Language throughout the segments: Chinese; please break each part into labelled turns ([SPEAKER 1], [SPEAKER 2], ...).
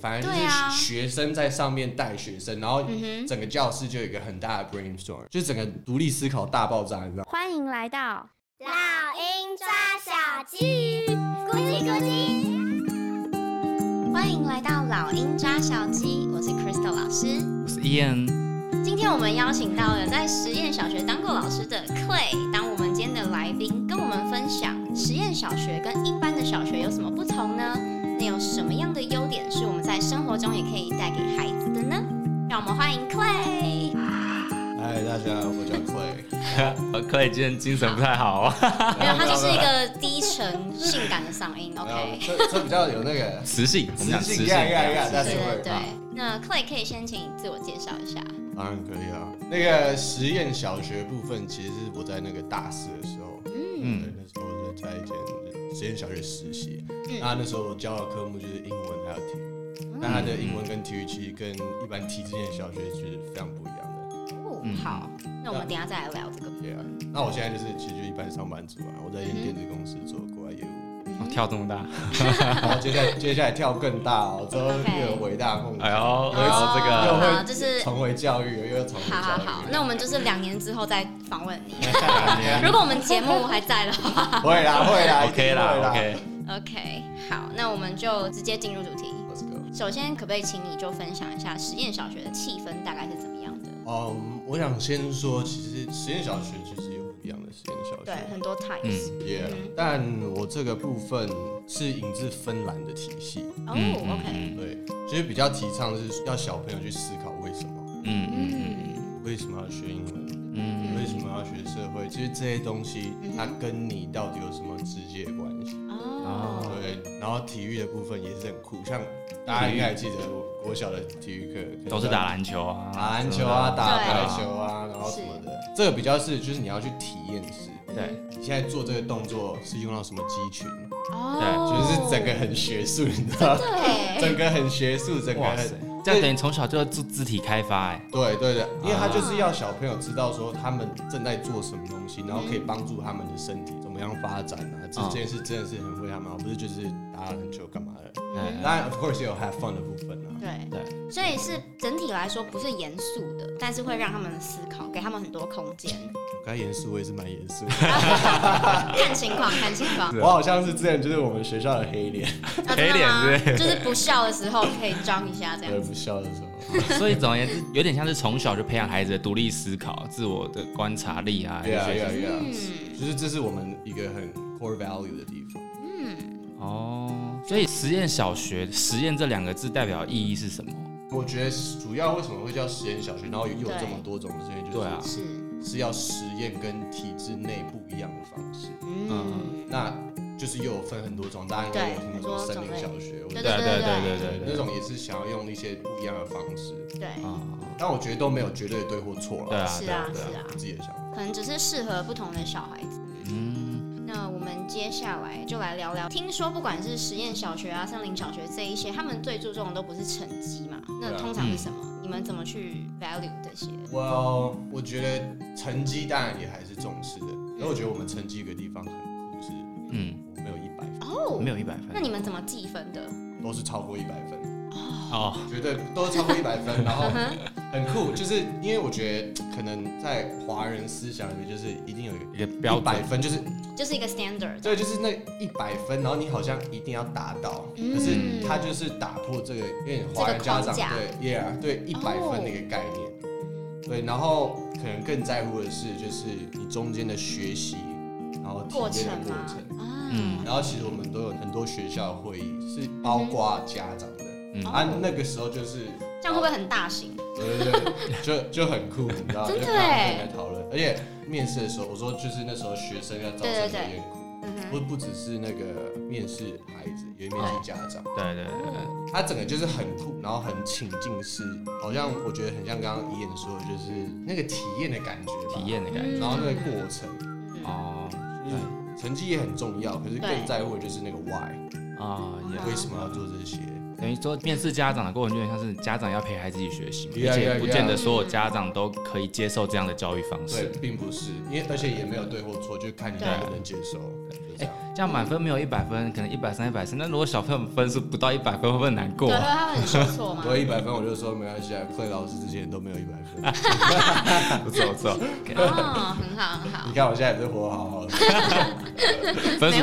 [SPEAKER 1] 反而就
[SPEAKER 2] 对啊
[SPEAKER 1] 是学生在上面带学生，然后
[SPEAKER 2] 嗯哼
[SPEAKER 1] 整个教室就有一个很大的 brainstorm，就整个独立思考大爆炸，你知道吗？
[SPEAKER 2] 欢迎来到
[SPEAKER 3] 老鹰抓小鸡，咕叽咕叽。
[SPEAKER 2] 欢迎来到老鹰抓小鸡，我是 Crystal 老师。
[SPEAKER 4] 我是 Ian，
[SPEAKER 2] 今天我们邀请到了在实验小学当过老师的 Clay 当我们今天的来宾，跟我们分享实验小学跟一般的小学有什么不同呢？那有什么样的优点是我们在生活中也可以带给孩子的呢？让我们欢迎 Clay。
[SPEAKER 1] 嗨，哎大家好，我叫 Clay，
[SPEAKER 4] 呃，克里今天精神不太好啊，
[SPEAKER 2] 没有，他就是一个低沉性感的嗓音。
[SPEAKER 1] 然后
[SPEAKER 2] OK，
[SPEAKER 1] 啊这这比较有那 个
[SPEAKER 4] 磁性，我们讲磁性，
[SPEAKER 1] 呀呀呀
[SPEAKER 2] 对
[SPEAKER 1] 但是
[SPEAKER 2] 对
[SPEAKER 1] 会
[SPEAKER 2] 对
[SPEAKER 1] 啊。
[SPEAKER 2] 那 Clay 可以先请你自我介绍一下。
[SPEAKER 1] 当然可以啊。那个实验小学部分，其实是我在那个大四的时候，嗯，对，那时候我在一间实验小学实习，
[SPEAKER 2] 嗯
[SPEAKER 1] 那那时候我教的科目就是英文还有体育，但它的英文跟体育其实跟一般体制内的小学是非常不一样的。
[SPEAKER 2] 哦，好，那我们等一下再来聊这个。
[SPEAKER 1] 对啊，那我现在就是其实就一般上班族啊，我在一间电子公司做国外业
[SPEAKER 2] 嗯
[SPEAKER 1] 务，
[SPEAKER 4] 哦跳这么大，
[SPEAKER 1] 然后接下来接下来跳更大哦，之后
[SPEAKER 2] OK
[SPEAKER 1] 又有伟大的梦
[SPEAKER 4] 哎
[SPEAKER 1] 想，
[SPEAKER 4] 呦，
[SPEAKER 2] 哦
[SPEAKER 4] 哎呦，这个
[SPEAKER 1] 又
[SPEAKER 2] 好，
[SPEAKER 1] 会
[SPEAKER 2] 就是
[SPEAKER 1] 重回教育，又重回
[SPEAKER 2] 好好
[SPEAKER 1] 教育。
[SPEAKER 4] 嗯
[SPEAKER 2] 好，那我们就是两年之后再访问你。
[SPEAKER 1] 两年
[SPEAKER 2] 如果我们节目还在的话
[SPEAKER 1] 会啦会啦
[SPEAKER 4] OK 啦，OK，
[SPEAKER 2] ，OK，好，那我们就直接进入主题。
[SPEAKER 1] Let's go。
[SPEAKER 2] 首先，可不可以请你就分享一下实验小学的气氛大概是怎么样的？
[SPEAKER 1] 嗯，我想先说，其实实验小学其实有不一样的实验小
[SPEAKER 2] 对，嗯
[SPEAKER 1] 学，
[SPEAKER 2] 很多 types。
[SPEAKER 1] Yeah，但我这个部分是引自芬兰的体系，
[SPEAKER 2] 哦
[SPEAKER 4] 嗯嗯
[SPEAKER 2] ，OK，
[SPEAKER 1] 对，其实比较提倡是要小朋友去思考为什么，
[SPEAKER 4] 嗯嗯
[SPEAKER 2] 嗯，
[SPEAKER 1] 为什么要学英文，
[SPEAKER 4] 嗯，
[SPEAKER 1] 为什么要学社会，其实这些东西
[SPEAKER 2] 嗯
[SPEAKER 1] 它跟你到底有什么直接关系？
[SPEAKER 2] 哦，
[SPEAKER 1] 对，然后体育的部分也是很酷，像大家应该还记得我国小的体育课可能
[SPEAKER 4] 嗯都是打篮球啊，嗯
[SPEAKER 1] 打篮球啊，打
[SPEAKER 2] 对
[SPEAKER 1] 排球啊，然后什么的，这个比较是就是你要去体验式。
[SPEAKER 4] 对，
[SPEAKER 1] 你现在做这个动作是用到什么肌群？就是
[SPEAKER 2] 哦，
[SPEAKER 1] 整个很学术，你知道吗？
[SPEAKER 2] 对，
[SPEAKER 1] 整个很学术，整个
[SPEAKER 4] 哇
[SPEAKER 1] 很
[SPEAKER 4] 塞，这样等于从小就要做肢体开发，哎，
[SPEAKER 1] 对对对，因为他就是要小朋友知道说他们正在做什么东西，然后可以帮助他们的身体怎么样发展啊，这
[SPEAKER 4] 嗯
[SPEAKER 1] 件事真的是很为他们好，不是就是打篮球干嘛的。
[SPEAKER 4] 嗯
[SPEAKER 1] 当然，of course 也有 have fun 的部分啊。
[SPEAKER 2] 对，
[SPEAKER 4] 对，
[SPEAKER 2] 所以是整体来说不是严肃的，但是会让他们思考，给他们很多空间，
[SPEAKER 1] 我该严肃我也是蛮严肃的，
[SPEAKER 2] 看情况，看情况。
[SPEAKER 1] 我好像是之前就是我们学校的黑脸，
[SPEAKER 2] 啊
[SPEAKER 4] 黑脸之
[SPEAKER 2] 真的吗？
[SPEAKER 4] 类
[SPEAKER 2] 就是不笑的时候可以装一下这
[SPEAKER 1] 对
[SPEAKER 2] 样子。
[SPEAKER 1] 不笑的时候。
[SPEAKER 4] 所以总而言之，有点像是从小就培养孩子的独立思考、自我的观察力啊，
[SPEAKER 1] 对啊，
[SPEAKER 4] 一
[SPEAKER 1] 对
[SPEAKER 4] 些
[SPEAKER 1] 啊，对啊，
[SPEAKER 2] 嗯
[SPEAKER 1] 就是这是我们一个很 core value 的地方。
[SPEAKER 4] 哦，所以实验小学“实验”这两个字代表意义是什么？
[SPEAKER 1] 我觉得主要为什么会叫实验小学，然后又有
[SPEAKER 2] 对
[SPEAKER 1] 这么多种的实验，就
[SPEAKER 4] 对啊
[SPEAKER 1] 是
[SPEAKER 2] 是，
[SPEAKER 1] 是要实验跟体制内不一样的方式。
[SPEAKER 2] 嗯，
[SPEAKER 1] 那就是又有分很多种，大家应该有听过森林小学，我觉
[SPEAKER 2] 对对
[SPEAKER 1] 得
[SPEAKER 2] 对
[SPEAKER 4] 对对
[SPEAKER 1] 那种也是想要用一些不一样的方式，
[SPEAKER 2] 对，
[SPEAKER 4] 啊，
[SPEAKER 1] 但我觉得都没有绝对的对或错
[SPEAKER 4] 对
[SPEAKER 1] 了。
[SPEAKER 4] 啊，
[SPEAKER 2] 是
[SPEAKER 4] 对
[SPEAKER 2] 啊
[SPEAKER 4] 对
[SPEAKER 2] 是啊
[SPEAKER 1] 我自己的想法。
[SPEAKER 2] 可能只是适合不同的小孩子。
[SPEAKER 4] 嗯，
[SPEAKER 2] 那我们接下来就来聊聊，听说不管是实验小学啊、森林小学这一些，他们最注重的都不是成绩嘛？那
[SPEAKER 1] 对啊
[SPEAKER 2] 通常是什么？
[SPEAKER 4] 嗯
[SPEAKER 2] 你们怎么去 value 这些？
[SPEAKER 1] Well，我觉得成绩当然也还是重视的，然后我觉得我们成绩有个地方很酷是，
[SPEAKER 4] 嗯，
[SPEAKER 1] 我没有一百分，
[SPEAKER 2] 哦，
[SPEAKER 4] 没有一百分
[SPEAKER 2] 那你们怎么计分的？
[SPEAKER 1] 都是超过一百分，
[SPEAKER 4] 哦，
[SPEAKER 1] 绝对都是超过一百分，然 后很酷，就是因为我觉得可能在华人思想里面，就是一定有一个
[SPEAKER 4] 一个标
[SPEAKER 1] 一百
[SPEAKER 4] 准，
[SPEAKER 1] 分，就是
[SPEAKER 2] 就是一个 standard。
[SPEAKER 1] 对，就是那一百分，然后你好像一定要达到，可是他就是打破这个，因为华人家
[SPEAKER 2] 嗯这个框
[SPEAKER 1] 长
[SPEAKER 2] 架哦
[SPEAKER 1] 对，yeah，对一百分的一个概念，对，然后可能更在乎的是就是你中间的学习，然后体
[SPEAKER 2] 过程
[SPEAKER 1] 验的过
[SPEAKER 2] 吗
[SPEAKER 1] 程，？
[SPEAKER 2] 啊，
[SPEAKER 4] 嗯
[SPEAKER 1] 然后其实我们都有很多学校的会议是包括家长的，
[SPEAKER 4] 嗯
[SPEAKER 2] 哦
[SPEAKER 1] 啊，那个时候就是
[SPEAKER 2] 这样会不会很大型？
[SPEAKER 1] 对对对， 就就很酷，你知道，
[SPEAKER 2] 真的
[SPEAKER 1] 就看到
[SPEAKER 2] 欸
[SPEAKER 1] 人在讨论，而且面试的时候，我说就是那时候学生要招生
[SPEAKER 2] 对对
[SPEAKER 1] 有
[SPEAKER 2] 对
[SPEAKER 1] 点苦，
[SPEAKER 2] 嗯
[SPEAKER 1] 不不只是那个面试孩子，也面试家长，
[SPEAKER 4] 对对对对。
[SPEAKER 1] 他整个就是很酷，然后很情境式，好像我觉得很像刚刚怡言说的，就是那个体验的感觉吧，
[SPEAKER 4] 体验的感觉。
[SPEAKER 1] 然后那个过程，
[SPEAKER 4] 哦，
[SPEAKER 1] 嗯，成绩也很重要，可是
[SPEAKER 2] 对
[SPEAKER 1] 更在乎的就是那个 why，
[SPEAKER 4] 啊、也
[SPEAKER 1] 为什么要做这些？
[SPEAKER 4] 等于说面试家长的过程就有点像是家长要陪孩子一起学习嘛
[SPEAKER 1] Yeah,
[SPEAKER 4] 而且不
[SPEAKER 1] yeah,
[SPEAKER 4] 见得所有家长都可以接受这样的教育方
[SPEAKER 1] 对
[SPEAKER 4] 式。，
[SPEAKER 1] 并不是，因为而且也没有对或错，就看你
[SPEAKER 2] 对
[SPEAKER 1] 能不能接受，就这样。
[SPEAKER 4] 这样满分没有一百分，可能一百三、一百四。那如果小朋友分数不到一百分，会不会很难过
[SPEAKER 5] 对，
[SPEAKER 4] 啊？
[SPEAKER 5] 他会很受挫吗？
[SPEAKER 1] 我一百分，我就说没关系啊，Clay 老师之前都没有一百分。
[SPEAKER 4] 不错不 错，
[SPEAKER 2] 哦，很好很好
[SPEAKER 1] 你，看我现在也是活得好好的，
[SPEAKER 2] 没
[SPEAKER 4] 分数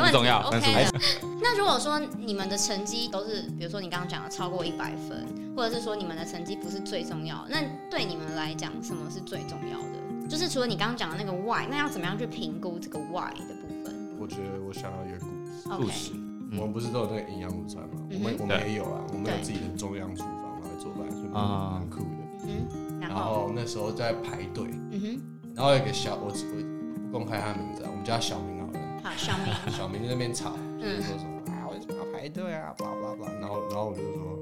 [SPEAKER 2] 问
[SPEAKER 4] 不
[SPEAKER 2] 题
[SPEAKER 4] 重要，分数不重
[SPEAKER 2] ，OK
[SPEAKER 4] 要。
[SPEAKER 2] 的。 那如果说你们的成绩都是，比如说你刚刚讲的超过一百分，或者是说你们的成绩不是最重要，那对你们来讲什么是最重要的？就是除了你刚刚讲的那个 why，那要怎么样去评估这个 why 的部分
[SPEAKER 1] 我觉得我想要一个故事。
[SPEAKER 4] 故
[SPEAKER 2] ？OK，
[SPEAKER 4] 事嗯
[SPEAKER 1] 我们不是都有那个营养午餐吗？我
[SPEAKER 2] 嗯哼
[SPEAKER 1] 们我们
[SPEAKER 4] 对
[SPEAKER 1] 也有啊，我们有
[SPEAKER 2] 对
[SPEAKER 1] 自己的中央厨房，然后会做饭，所以蛮
[SPEAKER 4] 啊
[SPEAKER 1] 蛮酷的。
[SPEAKER 2] 嗯，然
[SPEAKER 1] 然
[SPEAKER 2] 后，
[SPEAKER 1] 后那时候在排队，
[SPEAKER 2] 嗯
[SPEAKER 1] 然后有一个小我我不公开他名字啊，我们叫他小明好了。
[SPEAKER 2] 哼，好，小明，
[SPEAKER 1] 小明在那边吵，就是
[SPEAKER 2] 嗯
[SPEAKER 1] 说什么啊，为什么要排队啊，叭叭叭。然后然后我就说，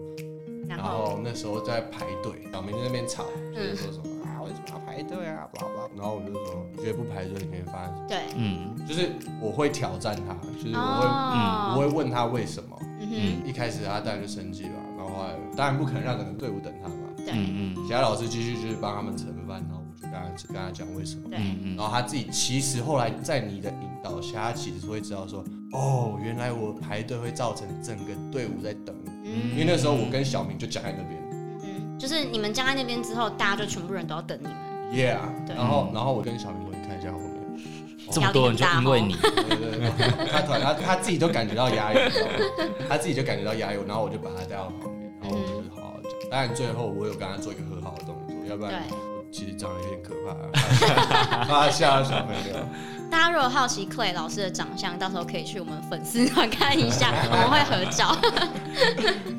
[SPEAKER 2] 然
[SPEAKER 1] 然
[SPEAKER 2] 后，
[SPEAKER 1] 后那时候在排队，小明在那边吵，就是
[SPEAKER 2] 嗯
[SPEAKER 1] 说什么啊，为什么要排队啊，叭叭。然后我就说，你觉得不排队你会发现什么？
[SPEAKER 2] 对，
[SPEAKER 4] 嗯
[SPEAKER 1] 就是我会挑战他，就是我会、我
[SPEAKER 2] 哦，
[SPEAKER 1] 会问他为什么。
[SPEAKER 2] 嗯哼，
[SPEAKER 1] 一开始他当然就生气了，然后后来当然不可能让整个队伍等他嘛。
[SPEAKER 2] 对，
[SPEAKER 4] 嗯嗯
[SPEAKER 1] 其他老师继续就是帮他们盛饭，然后我就跟他跟他讲为什么。
[SPEAKER 2] 对，
[SPEAKER 4] 嗯
[SPEAKER 1] 然
[SPEAKER 4] 嗯，
[SPEAKER 1] 后他自己其实后来在你的引导下，他其实会知道说，哦，原来我排队会造成整个队伍在等我，因
[SPEAKER 2] 嗯
[SPEAKER 1] 为那时候我跟小明就讲在那边
[SPEAKER 2] 嗯，就是你们站在那边之后，大家就全部人都要等你们，
[SPEAKER 1] ，Yeah，
[SPEAKER 2] 对
[SPEAKER 1] 然后然后我跟小明说，你看一下后面，
[SPEAKER 4] 这么多人就因为你，
[SPEAKER 1] 对对对，他突然他他自己都感觉到压力，你知道吗他自己就感觉到压力，然后我就把他带到旁边，然后我
[SPEAKER 2] 嗯
[SPEAKER 1] 就是好好讲。当然最后我有跟他做一个和好的动作，要不然
[SPEAKER 2] 对
[SPEAKER 1] 我其实长得有点可怕，怕吓到小朋友。
[SPEAKER 2] 大家如果好奇 Clay 老师的长相，到时候可以去我们粉丝团看 一下，我们会合照。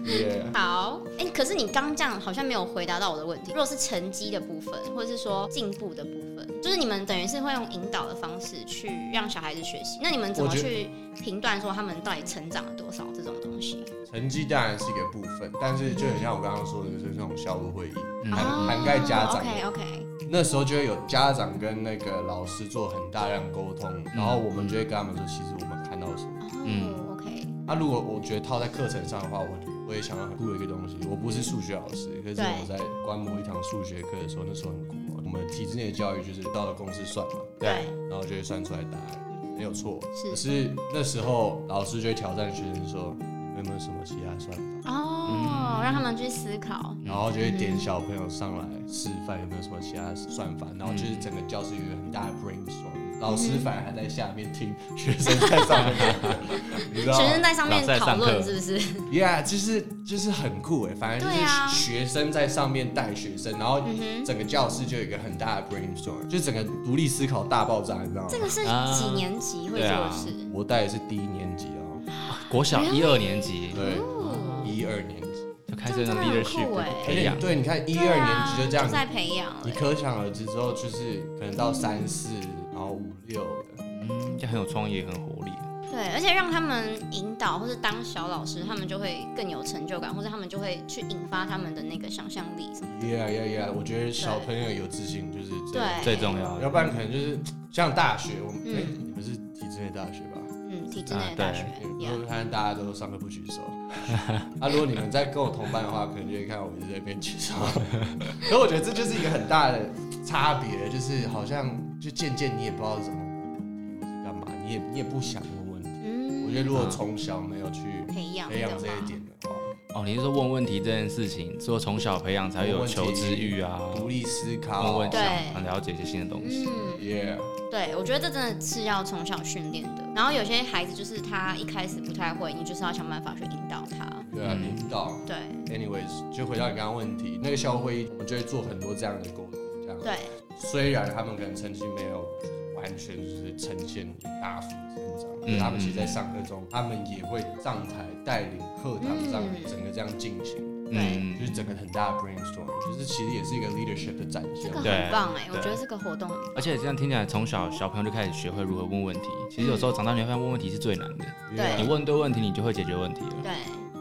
[SPEAKER 1] 耶，
[SPEAKER 2] 好，哎、可是你刚这样好像没有回答到我的问题。如果是成绩的部分，或者是说进步的部分，就是你们等于是会用引导的方式去让小孩子学习。那你们怎么
[SPEAKER 1] 我觉得
[SPEAKER 2] 去评断说他们到底成长了多少这种东西？
[SPEAKER 1] 成绩当然是一个部分，但是就很像我刚刚说的，就是那种校务会议，
[SPEAKER 4] 嗯
[SPEAKER 1] 涵
[SPEAKER 2] 啊
[SPEAKER 1] 涵盖家长的
[SPEAKER 2] 哦 OK OK，
[SPEAKER 1] 那时候就会有家长跟那个老师做很大量沟通，然后我们就会跟他们说，其实我们看到了什么。
[SPEAKER 2] 哦
[SPEAKER 4] 嗯
[SPEAKER 2] OK，
[SPEAKER 1] 那、啊如果我觉得套在课程上的话，我我也想要很酷的一个东西。我不是数学老师，可是
[SPEAKER 2] 对
[SPEAKER 1] 我在观摩一堂数学课的时候，那时候很酷哦。我们体制内的教育就是到了公式算嘛，
[SPEAKER 2] 对，
[SPEAKER 1] 然后就会算出来答案，没有错。
[SPEAKER 2] 是
[SPEAKER 1] 可是那时候老师就会挑战学生说，你们有没有什么其他算法？嗯
[SPEAKER 2] 哦，让他们去思考。
[SPEAKER 1] 然后就会点小朋友上来示范有没有什么其他算法，然后就是整个教室有一个很大的 brainstorm，老
[SPEAKER 2] 嗯
[SPEAKER 1] 师反而还在下面听，学生在上面听， 你知道
[SPEAKER 2] 学
[SPEAKER 1] 吗
[SPEAKER 2] 生在上面
[SPEAKER 4] 老师在
[SPEAKER 2] 讨
[SPEAKER 4] 上课
[SPEAKER 2] 论是不是？
[SPEAKER 1] ？Yeah，就是就是很酷哎，反正就
[SPEAKER 2] 对啊
[SPEAKER 1] 是学生在上面带学生，然后
[SPEAKER 2] 嗯哼
[SPEAKER 1] 整个教室就有一个很大的 brainstorm，就整个独立思考大爆炸，你知道吗
[SPEAKER 2] 这？个是
[SPEAKER 1] 啊
[SPEAKER 2] 几年级会做的事？
[SPEAKER 1] 我带的是低年级哦，
[SPEAKER 4] 国小一二年级
[SPEAKER 1] 对，
[SPEAKER 2] 哦
[SPEAKER 1] 一二年级，
[SPEAKER 4] 就开
[SPEAKER 2] 这
[SPEAKER 4] 始
[SPEAKER 2] 样
[SPEAKER 4] 那
[SPEAKER 2] 真
[SPEAKER 4] 种
[SPEAKER 2] 的很酷
[SPEAKER 4] leadership
[SPEAKER 2] 哎
[SPEAKER 1] 而
[SPEAKER 4] 培
[SPEAKER 1] 且
[SPEAKER 4] 养，
[SPEAKER 1] 对，你看一
[SPEAKER 2] 对
[SPEAKER 1] 二
[SPEAKER 2] 啊
[SPEAKER 1] 年级就这样
[SPEAKER 2] 就在培养了
[SPEAKER 1] 你。可想而知，之后就是可能到三四，然后五六的，
[SPEAKER 4] 嗯，就很有创意，很活力。
[SPEAKER 2] 对，而且让他们引导或是当小老师，他们就会更有成就感，或者他们就会去引发他们的那个想象力什么。
[SPEAKER 1] yeah yeah yeah，我觉得小朋友有自信就是这样，
[SPEAKER 2] 对，
[SPEAKER 4] 最重
[SPEAKER 1] 要
[SPEAKER 4] 要的，
[SPEAKER 1] 不然可能就是像大学，我们
[SPEAKER 2] 嗯
[SPEAKER 1] 哎你们是体制内大学吧？
[SPEAKER 2] 嗯，体制内的大学
[SPEAKER 4] 啊
[SPEAKER 1] 你
[SPEAKER 2] ，yeah，
[SPEAKER 1] 会看大家都上课不举手， 啊，如果你们在跟我同班的话，可能就会看到我一直在那边举手， 所以我觉得这就是一个很大的差别，就是好像就渐渐你也不知道怎么问问题或是干嘛，你也你也不想问问题。我
[SPEAKER 2] 嗯，
[SPEAKER 1] 觉得如果从小没有去
[SPEAKER 2] 培养
[SPEAKER 1] 培养
[SPEAKER 2] 的
[SPEAKER 1] 这
[SPEAKER 2] 话
[SPEAKER 1] 一点的话，
[SPEAKER 4] 哦，你是说问问题这件事情，只有从小培养才会有求知欲啊，
[SPEAKER 1] 独立思考，
[SPEAKER 4] 问问题
[SPEAKER 2] 对，
[SPEAKER 4] 想了解一些新的东西。
[SPEAKER 2] 嗯，
[SPEAKER 1] 耶，
[SPEAKER 2] 对，我觉得这真的是要从小训练的。然后有些孩子就是他一开始不太会，你就是要想办法去引导他。
[SPEAKER 1] 对啊，
[SPEAKER 4] 嗯
[SPEAKER 1] 领导。
[SPEAKER 2] 对
[SPEAKER 1] Anyways，就回到你刚刚问题，那个校会议，我们就会做很多这样的沟通，这样。
[SPEAKER 2] 对，
[SPEAKER 1] 虽然他们可能成绩没有完全就是呈现大幅增长，
[SPEAKER 2] 嗯
[SPEAKER 1] 可是他们其实在上课中，他们也会上台带领课堂上
[SPEAKER 2] 嗯
[SPEAKER 1] 整个这样进行，
[SPEAKER 4] 嗯
[SPEAKER 1] 就是，整个很大的 brainstorm，就是其实也是一个 leadership 的展
[SPEAKER 2] 这
[SPEAKER 1] 现
[SPEAKER 2] 个。很
[SPEAKER 4] 对
[SPEAKER 2] 棒哎，我
[SPEAKER 4] 对
[SPEAKER 2] 觉得这个活动很
[SPEAKER 4] 而且这样听起来，从小小朋友就开始学会如何问问题。其实有时候长大你会发现，问问题是最难的。
[SPEAKER 2] 对
[SPEAKER 4] 你问对问题，你就会解决问题了。
[SPEAKER 2] 对，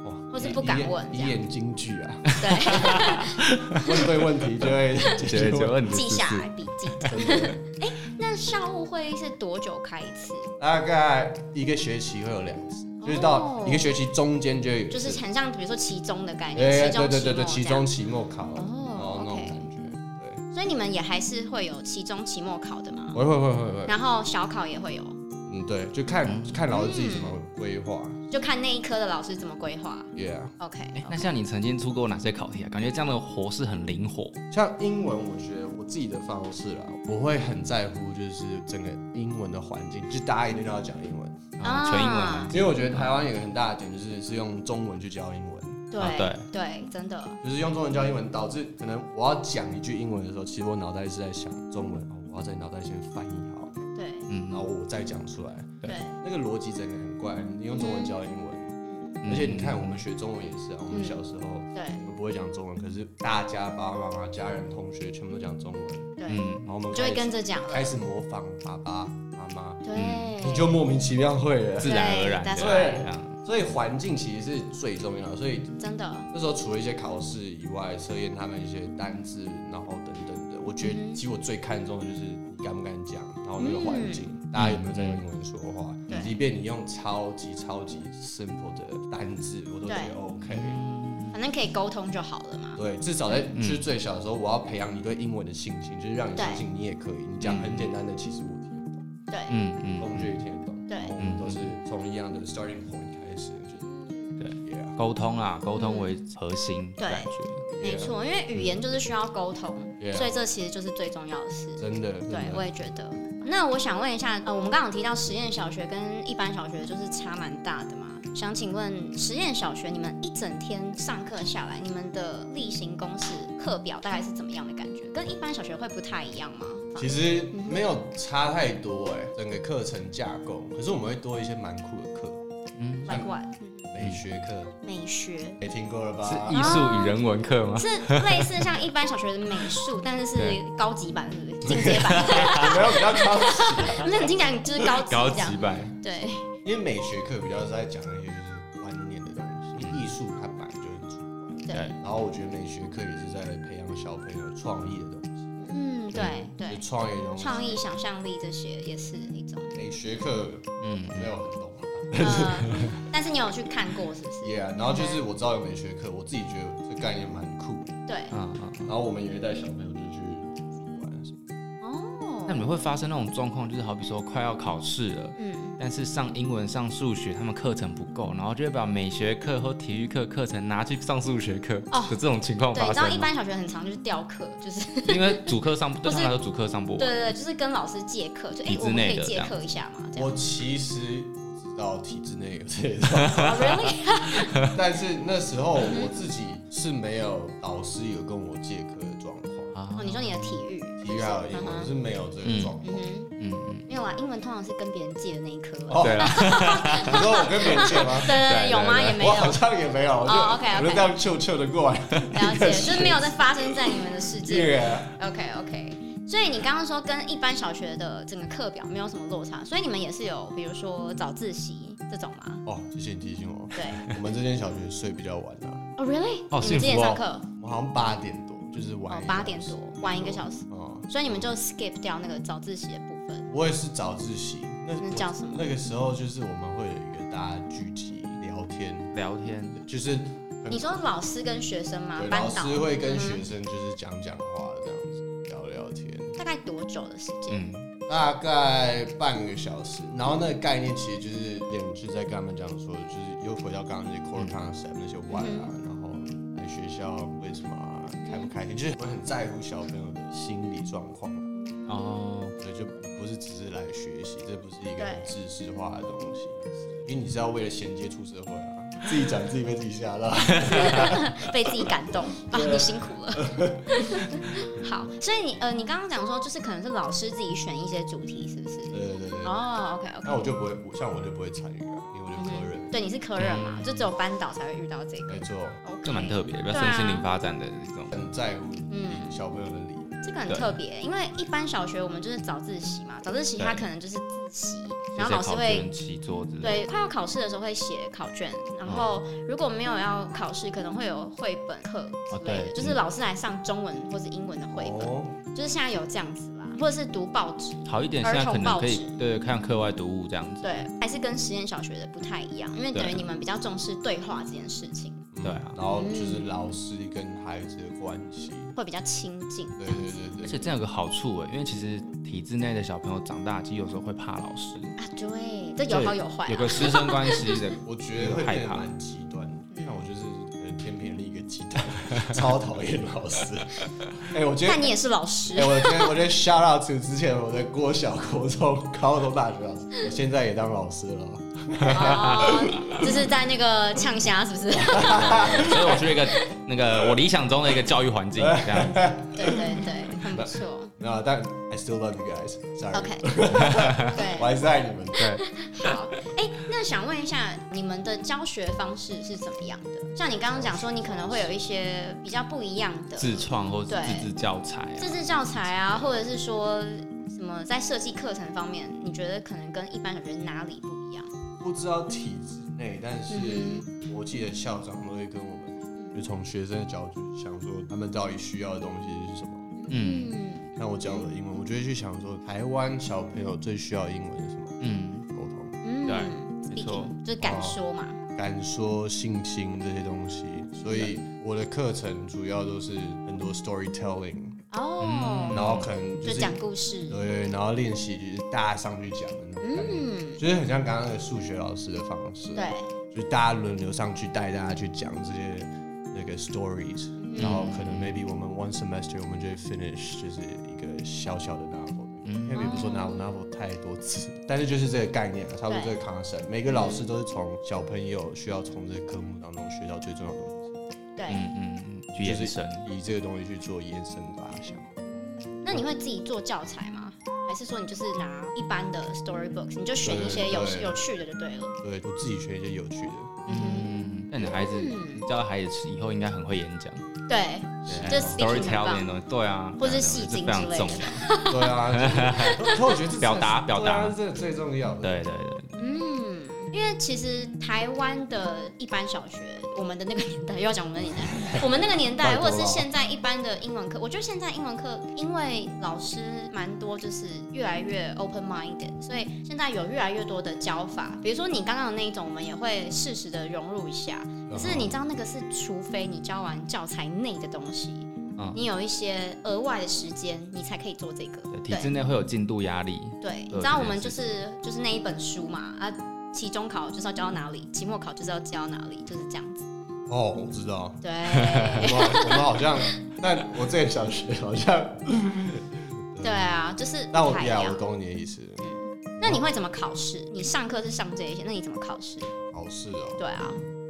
[SPEAKER 1] 哇
[SPEAKER 2] 或是不敢
[SPEAKER 1] 一言
[SPEAKER 2] 问这
[SPEAKER 1] 哦一
[SPEAKER 2] 样
[SPEAKER 1] 言惊句啊，
[SPEAKER 2] 对，
[SPEAKER 1] 问对问题就会 解决
[SPEAKER 4] 解决
[SPEAKER 1] 问题。
[SPEAKER 4] 问题
[SPEAKER 2] 记
[SPEAKER 4] 是
[SPEAKER 2] 下
[SPEAKER 4] 不
[SPEAKER 2] 来
[SPEAKER 4] 是
[SPEAKER 2] 笔记。哎
[SPEAKER 1] 真的
[SPEAKER 2] 那校务会议是多久开一次？
[SPEAKER 1] 大概一个学期会有两次，就是到一个学期中间就会有一
[SPEAKER 2] 就
[SPEAKER 1] 次，
[SPEAKER 2] 是很像比如说期中的概
[SPEAKER 1] 哎
[SPEAKER 2] 念，期
[SPEAKER 1] 对
[SPEAKER 2] 中、
[SPEAKER 1] 对对对，期
[SPEAKER 2] 期末这样
[SPEAKER 1] 中、期末考，然
[SPEAKER 2] 哦
[SPEAKER 1] 后那种
[SPEAKER 2] OK
[SPEAKER 1] 感觉，对，
[SPEAKER 2] 所以你们也还是会有期中、期末考的吗？
[SPEAKER 1] 会会会会会，
[SPEAKER 2] 然后小考也会有，
[SPEAKER 1] 嗯，嗯，对，就看看老师自己怎么规划。
[SPEAKER 2] 就看那一科的老师怎么规划。
[SPEAKER 1] Yeah，
[SPEAKER 2] OK，
[SPEAKER 4] 哎、那像你曾经出过哪些考题啊？感觉这样的活是很灵活。
[SPEAKER 1] 像英文，我觉得我自己的方式啦，我会很在乎就是整个英文的环境，就大家一定都要讲英文，
[SPEAKER 4] 啊，全英文啊
[SPEAKER 1] 因为我觉得台湾有个很大的点就是是用中文去教英文。
[SPEAKER 2] 对、
[SPEAKER 4] 啊对
[SPEAKER 2] 对，真的，
[SPEAKER 1] 就是用中文教英文，导致可能我要讲一句英文的时候，其实我脑袋是在想中文，哦我要在脑袋先翻译好，
[SPEAKER 2] 对
[SPEAKER 1] 然后我再讲出来。
[SPEAKER 4] 对
[SPEAKER 2] 对，
[SPEAKER 1] 那个逻辑真的很怪，你用中文教英文，而且你看我们学中文也是啊，我们小时候
[SPEAKER 2] 对
[SPEAKER 1] 我们不会讲中文，可是大家爸爸妈妈、家人、同学全部都讲中文，
[SPEAKER 2] 对，
[SPEAKER 4] 嗯，
[SPEAKER 1] 然后我们开
[SPEAKER 2] 就会
[SPEAKER 1] 始
[SPEAKER 2] 跟着讲了。
[SPEAKER 1] 开始模仿爸爸妈妈，
[SPEAKER 2] 对，
[SPEAKER 1] 你就莫名其妙会了。
[SPEAKER 4] 自然而然的，
[SPEAKER 2] that's
[SPEAKER 1] 对
[SPEAKER 2] right
[SPEAKER 4] 这样
[SPEAKER 1] 所以环境其实是最重要的，所以
[SPEAKER 2] 真的，
[SPEAKER 1] 那时候除了一些考试以外，测验他们一些单字，然后等等的，我觉得
[SPEAKER 2] 嗯
[SPEAKER 1] 其实我最看重的就是你敢不敢讲，然后那个环境，大家有没有在用英文说话
[SPEAKER 2] 嗯对，
[SPEAKER 1] 即便你用超级超级 simple 的单字，我都觉
[SPEAKER 2] 对
[SPEAKER 1] 得 OK。
[SPEAKER 2] 反正可以沟通就好了嘛。
[SPEAKER 1] 对，至少在就是最小的时候，我要培养你对英文的信心，就是让你
[SPEAKER 2] 对
[SPEAKER 1] 相信你也可以。你讲很简单的，其实我听得懂，
[SPEAKER 2] 对，
[SPEAKER 4] 嗯嗯，
[SPEAKER 1] 同学也听得懂。
[SPEAKER 2] 对
[SPEAKER 1] 然后我们都是从一样的 starting point 开始，就是
[SPEAKER 4] 对
[SPEAKER 1] ，yeah。
[SPEAKER 4] 沟通啊，沟通为核心的
[SPEAKER 2] 嗯对
[SPEAKER 4] 感觉。
[SPEAKER 1] 啊
[SPEAKER 2] 没错，因为语言就是需要沟通
[SPEAKER 1] Yeah
[SPEAKER 2] 所以这其实就是最重要的事。
[SPEAKER 1] 真的，真
[SPEAKER 2] 对
[SPEAKER 1] 的，
[SPEAKER 2] 我也觉得。那我想问一下，呃，我们刚刚有提到实验小学跟一般小学就是差蛮大的嘛？想请问实验小学，你们一整天上课下来，你们的例行公事课表大概是怎么样的感觉？跟一般小学会不太一样吗？
[SPEAKER 1] 其实没有差太多哎、整个课程架构，可是我们会多一些蛮酷的课，
[SPEAKER 2] 外外
[SPEAKER 1] 美学课，
[SPEAKER 2] 美 学
[SPEAKER 1] 没听过了吧？
[SPEAKER 4] 是艺术与人文课吗？
[SPEAKER 2] 是类似像一般小学的美术，但是是
[SPEAKER 4] 对
[SPEAKER 2] 高级版，是不是进阶版？
[SPEAKER 1] 我啊们要比较高级，
[SPEAKER 2] 不是很经常就是高级
[SPEAKER 4] 高
[SPEAKER 2] 这样
[SPEAKER 4] 级。版，
[SPEAKER 2] 对，
[SPEAKER 1] 因为美学课比较是在讲那些就是观念的东
[SPEAKER 4] 嗯
[SPEAKER 1] 西，艺术它本来就是主观，
[SPEAKER 2] 对，
[SPEAKER 1] 然后我觉得美学课也是在培养小朋友创意的东西，
[SPEAKER 2] 嗯，对
[SPEAKER 1] 就
[SPEAKER 2] 对，
[SPEAKER 1] 创意的东西。
[SPEAKER 2] 创意、想象力这些也是一种。
[SPEAKER 1] 美学课
[SPEAKER 4] 嗯，
[SPEAKER 1] 没有很懂啊
[SPEAKER 2] 呃，但是你有去看过是不是？
[SPEAKER 1] ，Yeah，然后就是我知道有美学课，我自己觉得这概念蛮酷的，
[SPEAKER 2] 对，
[SPEAKER 4] 嗯嗯。
[SPEAKER 1] 然后我们也会带小朋友就去图书馆什么的。
[SPEAKER 2] 哦，
[SPEAKER 4] 那你们会发生那种状况，就是好比说快要考试了，
[SPEAKER 2] 嗯，
[SPEAKER 4] 但是上英文、上数学，他们课程不够，然后就会把美学课或体育课课程拿去上数学课，
[SPEAKER 2] 哦
[SPEAKER 4] 有这种情况
[SPEAKER 2] 对，你
[SPEAKER 4] 发
[SPEAKER 2] 知道一
[SPEAKER 4] 生吗？哦
[SPEAKER 2] 般小学很常就是调课，就是
[SPEAKER 4] 因为主课上对
[SPEAKER 2] 不
[SPEAKER 4] 他
[SPEAKER 2] 是
[SPEAKER 4] 们来说主课上不
[SPEAKER 2] 对
[SPEAKER 4] 完，
[SPEAKER 2] 对对，就是跟老师借课，就哎、
[SPEAKER 4] 体制
[SPEAKER 2] 我们可
[SPEAKER 4] 内
[SPEAKER 2] 以
[SPEAKER 4] 的
[SPEAKER 2] 借
[SPEAKER 4] 这样
[SPEAKER 2] 课一下嘛，这样。
[SPEAKER 1] 我其实不知道体制内有这一套，
[SPEAKER 2] 哦 really？
[SPEAKER 1] 但是那时候
[SPEAKER 2] 嗯
[SPEAKER 1] 我自己是没有老师有跟我借课的状况，
[SPEAKER 4] 啊
[SPEAKER 2] 哦，你说你的体育，
[SPEAKER 1] 体育还有英文
[SPEAKER 2] 嗯
[SPEAKER 1] 是没有这个状
[SPEAKER 2] 嗯
[SPEAKER 1] 况。
[SPEAKER 2] 哼，
[SPEAKER 4] 嗯嗯，
[SPEAKER 2] 没有啊，英文通常是跟别人借的那一科。 哦
[SPEAKER 1] 哦
[SPEAKER 4] 对了，
[SPEAKER 1] 你说我跟别人借吗
[SPEAKER 2] 对？对
[SPEAKER 4] 对对
[SPEAKER 2] 对，有吗？
[SPEAKER 4] 对
[SPEAKER 2] 也 没
[SPEAKER 1] 我
[SPEAKER 2] 有，
[SPEAKER 1] 好像也没有，我就
[SPEAKER 2] 哦，OK，OK
[SPEAKER 1] 我就这样悄悄的过来。
[SPEAKER 2] 了 解，就是没有在发生在你们的世界里。
[SPEAKER 1] Yeah，
[SPEAKER 2] OK OK，所以你刚刚说跟一般小学的整个课表没有什么落差，所以你们也是有比如说早自习这种吗？
[SPEAKER 1] 哦，谢谢你提醒我。
[SPEAKER 2] 对，
[SPEAKER 1] 我们这间小学睡比较晚啊，
[SPEAKER 2] 哦、really？
[SPEAKER 4] 哦
[SPEAKER 2] 你们
[SPEAKER 4] 幸福
[SPEAKER 2] 几点上
[SPEAKER 4] 哦
[SPEAKER 2] 课？
[SPEAKER 1] 我们好像八点多，就是晚
[SPEAKER 2] 哦
[SPEAKER 1] 一个，
[SPEAKER 2] 八点
[SPEAKER 1] 小时
[SPEAKER 2] 多，晚一个小时，
[SPEAKER 1] 哦，
[SPEAKER 2] 所以你们就 skip 掉那个早自习的部分。
[SPEAKER 1] 我也是早自习，那
[SPEAKER 2] 那叫什么
[SPEAKER 1] 那个时候就是我们会有一个大家聚集聊天，
[SPEAKER 4] 聊天，
[SPEAKER 1] 就是很
[SPEAKER 2] 你说老师跟学生吗
[SPEAKER 1] 嗯对，？
[SPEAKER 2] 啊班
[SPEAKER 1] 老
[SPEAKER 2] 导
[SPEAKER 1] 师会跟
[SPEAKER 2] 嗯
[SPEAKER 1] 学生就是讲讲话这样子，聊聊天，
[SPEAKER 2] 哼嗯大概多久的时间？
[SPEAKER 4] 嗯，
[SPEAKER 1] 大概半个小时。然后那个概念其实就是点是在跟他们讲说，就是又回到刚刚那些 core concept 那些 why 啊，然后来学校为什么啊、开不开心，就是我很在乎小朋友的心理状况啊，
[SPEAKER 4] 哦，
[SPEAKER 1] 所以就不是只是来学习，这不是一个
[SPEAKER 2] 对
[SPEAKER 1] 很知识化的东西，因为你是要为了衔接出社会啊，自己讲自己被自己吓到。
[SPEAKER 2] 被自己感 动啊，你辛苦了。 好，所以你呃，你刚刚讲说就是可能是老师自己选一些主题，是不是？
[SPEAKER 1] 对对对对。
[SPEAKER 2] 哦，OK OK，
[SPEAKER 1] 那我就不会，我像我就不会参与啊，因为我就科人。
[SPEAKER 2] 对，你是科任嘛，
[SPEAKER 1] 嗯
[SPEAKER 2] 就只有班导才会遇到这个
[SPEAKER 1] 没。错，
[SPEAKER 2] OK，
[SPEAKER 4] 这蛮特别的，比较
[SPEAKER 2] 对
[SPEAKER 4] 身
[SPEAKER 2] 啊
[SPEAKER 4] 心灵发展的这种，
[SPEAKER 1] 很在乎小朋友的理。
[SPEAKER 2] 这个很特别，因为一般小学我们就是早自习嘛，早自习
[SPEAKER 4] 对
[SPEAKER 2] 它可能就是自习，然
[SPEAKER 4] 就
[SPEAKER 2] 后老
[SPEAKER 4] 是
[SPEAKER 2] 师
[SPEAKER 4] 考
[SPEAKER 2] 会
[SPEAKER 4] 卷、习作之类
[SPEAKER 2] 对，快要考试的时候会写考卷，然后
[SPEAKER 4] 哦
[SPEAKER 2] 如果没有要考试，可能会有绘本课之类
[SPEAKER 4] 哦
[SPEAKER 2] 的，
[SPEAKER 4] 对
[SPEAKER 2] 就是老师来上中文或是英文的绘本，
[SPEAKER 1] 哦，
[SPEAKER 2] 就是现在有这样子啦，或者是读报纸，
[SPEAKER 4] 的，好一点，
[SPEAKER 2] 儿
[SPEAKER 4] 现在
[SPEAKER 2] 童
[SPEAKER 4] 可能可
[SPEAKER 2] 报
[SPEAKER 4] 以对看课外读物这样子，
[SPEAKER 2] 对，还是跟实验小学的不太一样，因为等于你们比较重视对话这件事情。
[SPEAKER 1] 嗯
[SPEAKER 4] 对啊，
[SPEAKER 1] 然后就是老师跟孩子的关系，
[SPEAKER 2] 会比较亲近。啊
[SPEAKER 1] 对对对
[SPEAKER 4] 而
[SPEAKER 1] 对，
[SPEAKER 4] 且这样有个好处哎，因为其实体制内的小朋友长大，其实有时候会怕老师，
[SPEAKER 2] 啊，对，这有好有坏
[SPEAKER 4] 有
[SPEAKER 2] 啊。
[SPEAKER 4] 个师生关系的
[SPEAKER 1] 我觉得会变得蛮极端的。那我就是可能天平另一个极 端，超讨厌老师。哎、我觉得
[SPEAKER 2] 但你也是老师
[SPEAKER 1] 哎、， 我今天我今天 shout out to 之前我在国小、国中、高中、大学老师，我现在也当老师了。
[SPEAKER 2] 哦，就是在那个呛虾，是 不是？
[SPEAKER 4] 所以我去一个那个我理想中的一个教育环境这样子。
[SPEAKER 2] 对对对，很不错。
[SPEAKER 1] 没有，啊但 I still love you guys. Sorry，、
[SPEAKER 2] OK，
[SPEAKER 1] 我
[SPEAKER 2] 对，
[SPEAKER 1] 还是爱你们。对，
[SPEAKER 2] 好。哎，那想问一下，你们的教学方式是怎么样的？像你刚刚讲说，你可能会有一些比较不一样的
[SPEAKER 4] 自创或是
[SPEAKER 2] 对
[SPEAKER 4] 自制教材啊，
[SPEAKER 2] 自制教材啊，或者是说什么在设计课程方面，你觉得可能跟一般小学哪里不一样？
[SPEAKER 1] 不知道体制内，但是
[SPEAKER 2] 嗯
[SPEAKER 1] 我记得校长都会跟我们，就从学生的角度想说，他们到底需要的东西是什么。
[SPEAKER 4] 嗯
[SPEAKER 2] 嗯，
[SPEAKER 1] 像我讲我的英文，我就会去想说，台湾小朋友最需要英文是什么？
[SPEAKER 4] 嗯，
[SPEAKER 1] 沟通、
[SPEAKER 4] 对没错
[SPEAKER 2] speaking，就是敢说嘛。
[SPEAKER 1] 敢说、信心这些东西。所以我的课程主要都是很多 storytelling，
[SPEAKER 2] 哦，
[SPEAKER 1] 然后可能嗯就
[SPEAKER 2] 就是讲故事。
[SPEAKER 1] 对，然后练习就是大家上去讲的那种感觉，
[SPEAKER 2] 嗯，
[SPEAKER 1] 就是很像刚刚的数学老师的方式，
[SPEAKER 2] 对，，
[SPEAKER 1] 就是大家轮流上去带大家去讲这些那个 stories，然
[SPEAKER 4] 嗯
[SPEAKER 1] 后可能 maybe 我们 one semester 我们就会 finish 就是一个小小的 novel，因
[SPEAKER 4] 嗯
[SPEAKER 1] 为也不说 novel novel 太多次，但是就是这个概念，啊差不多这个 concept，每个老师都是从小朋友需要从这个科目当中学到最重要的东西，
[SPEAKER 2] 对。
[SPEAKER 4] 嗯嗯嗯，去
[SPEAKER 1] 就
[SPEAKER 4] 延
[SPEAKER 1] 是
[SPEAKER 4] 伸。
[SPEAKER 1] 以这个东西去做延伸发想。
[SPEAKER 2] 那你会自己做教材吗？还是说你就是拿一般的 storybooks，你就选一些有
[SPEAKER 1] 对对
[SPEAKER 2] 有趣的就对了？
[SPEAKER 1] 对我自己学一些有趣的，
[SPEAKER 4] 嗯，那你的孩子，
[SPEAKER 2] 嗯
[SPEAKER 4] 你教的孩子以后应该很会演讲，
[SPEAKER 2] 对，就 speaking 很
[SPEAKER 4] storytelling 的
[SPEAKER 2] 棒。
[SPEAKER 4] 东西，对啊，
[SPEAKER 2] 或是
[SPEAKER 4] 对啊
[SPEAKER 2] 戏
[SPEAKER 4] 这
[SPEAKER 2] 精
[SPEAKER 4] 非常
[SPEAKER 2] 之类的
[SPEAKER 4] 重要。
[SPEAKER 1] 对啊， 就是可我觉得这
[SPEAKER 4] 表达
[SPEAKER 1] 这
[SPEAKER 4] 表达
[SPEAKER 1] 对啊这是最重要的。
[SPEAKER 4] 对对对，
[SPEAKER 2] 嗯，因为其实台湾的一般小学，我们的那个年代又要讲我们的年代，我们那个年代
[SPEAKER 1] 拜托
[SPEAKER 2] 或
[SPEAKER 1] 了
[SPEAKER 2] 者是现在一般的英文课，我觉得现在英文课因为老师蛮多，就是越来越 open minded，所以现在有越来越多的教法，比如说你刚刚的那一种，我们也会适时的融入一下。可是你知道那个是，除非你教完教材内的东西，
[SPEAKER 1] 啊
[SPEAKER 4] 嗯
[SPEAKER 2] 你有一些额外的时间，你才可以做这个。
[SPEAKER 4] 对体制内会有进度压力，
[SPEAKER 2] 对，你
[SPEAKER 4] 对
[SPEAKER 2] 知道
[SPEAKER 4] 这
[SPEAKER 2] 我
[SPEAKER 4] 件
[SPEAKER 2] 们
[SPEAKER 4] 事
[SPEAKER 2] 就是就是那一本书嘛啊，期中考就是要教到哪里，期末考就是要教到哪里，就是这样子。
[SPEAKER 1] 哦，我知道，我
[SPEAKER 2] 对，
[SPEAKER 1] 们我们好像，但我这个小学好像，
[SPEAKER 2] 对啊，就是
[SPEAKER 1] 但我
[SPEAKER 2] 不太
[SPEAKER 1] 比
[SPEAKER 2] 一
[SPEAKER 1] 较我
[SPEAKER 2] 样。
[SPEAKER 1] 懂你的意思。
[SPEAKER 2] 那你会怎么考试？你上课是上这一些，那你怎么考试？
[SPEAKER 1] 考试哦，
[SPEAKER 2] 对啊，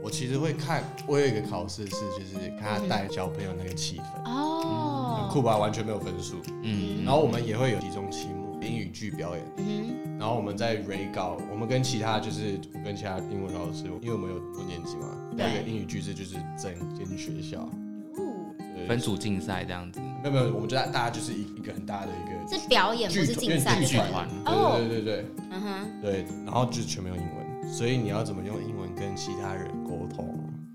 [SPEAKER 1] 我其实会看，我有一个考试是就是看他带小朋友那个气氛，很酷
[SPEAKER 2] 哦，
[SPEAKER 1] 吧，完全没有分数。
[SPEAKER 4] 嗯，
[SPEAKER 1] 然后我们也会有集中期末英语剧表演，
[SPEAKER 2] 嗯
[SPEAKER 1] 然后我们在 re 稿，我们跟其他就是我跟其他英文老师，因为我们有很多年级嘛，
[SPEAKER 2] 对
[SPEAKER 1] 那个英语句子就是整间学校，
[SPEAKER 2] 哼，哦
[SPEAKER 1] 对
[SPEAKER 4] 分组竞赛这样子，
[SPEAKER 1] 没有没有，我们就大大家就是一一个很大的一个
[SPEAKER 2] 是表演不
[SPEAKER 1] 剧
[SPEAKER 2] 是
[SPEAKER 1] 团，
[SPEAKER 2] 竞赛，
[SPEAKER 1] 因为
[SPEAKER 2] 对
[SPEAKER 1] 剧
[SPEAKER 2] 不对
[SPEAKER 1] 团，
[SPEAKER 2] 哦
[SPEAKER 1] 对对对对
[SPEAKER 2] 嗯哼，
[SPEAKER 1] 对，对然后就是全没有英文，所以你要怎么用英文跟其他人沟通，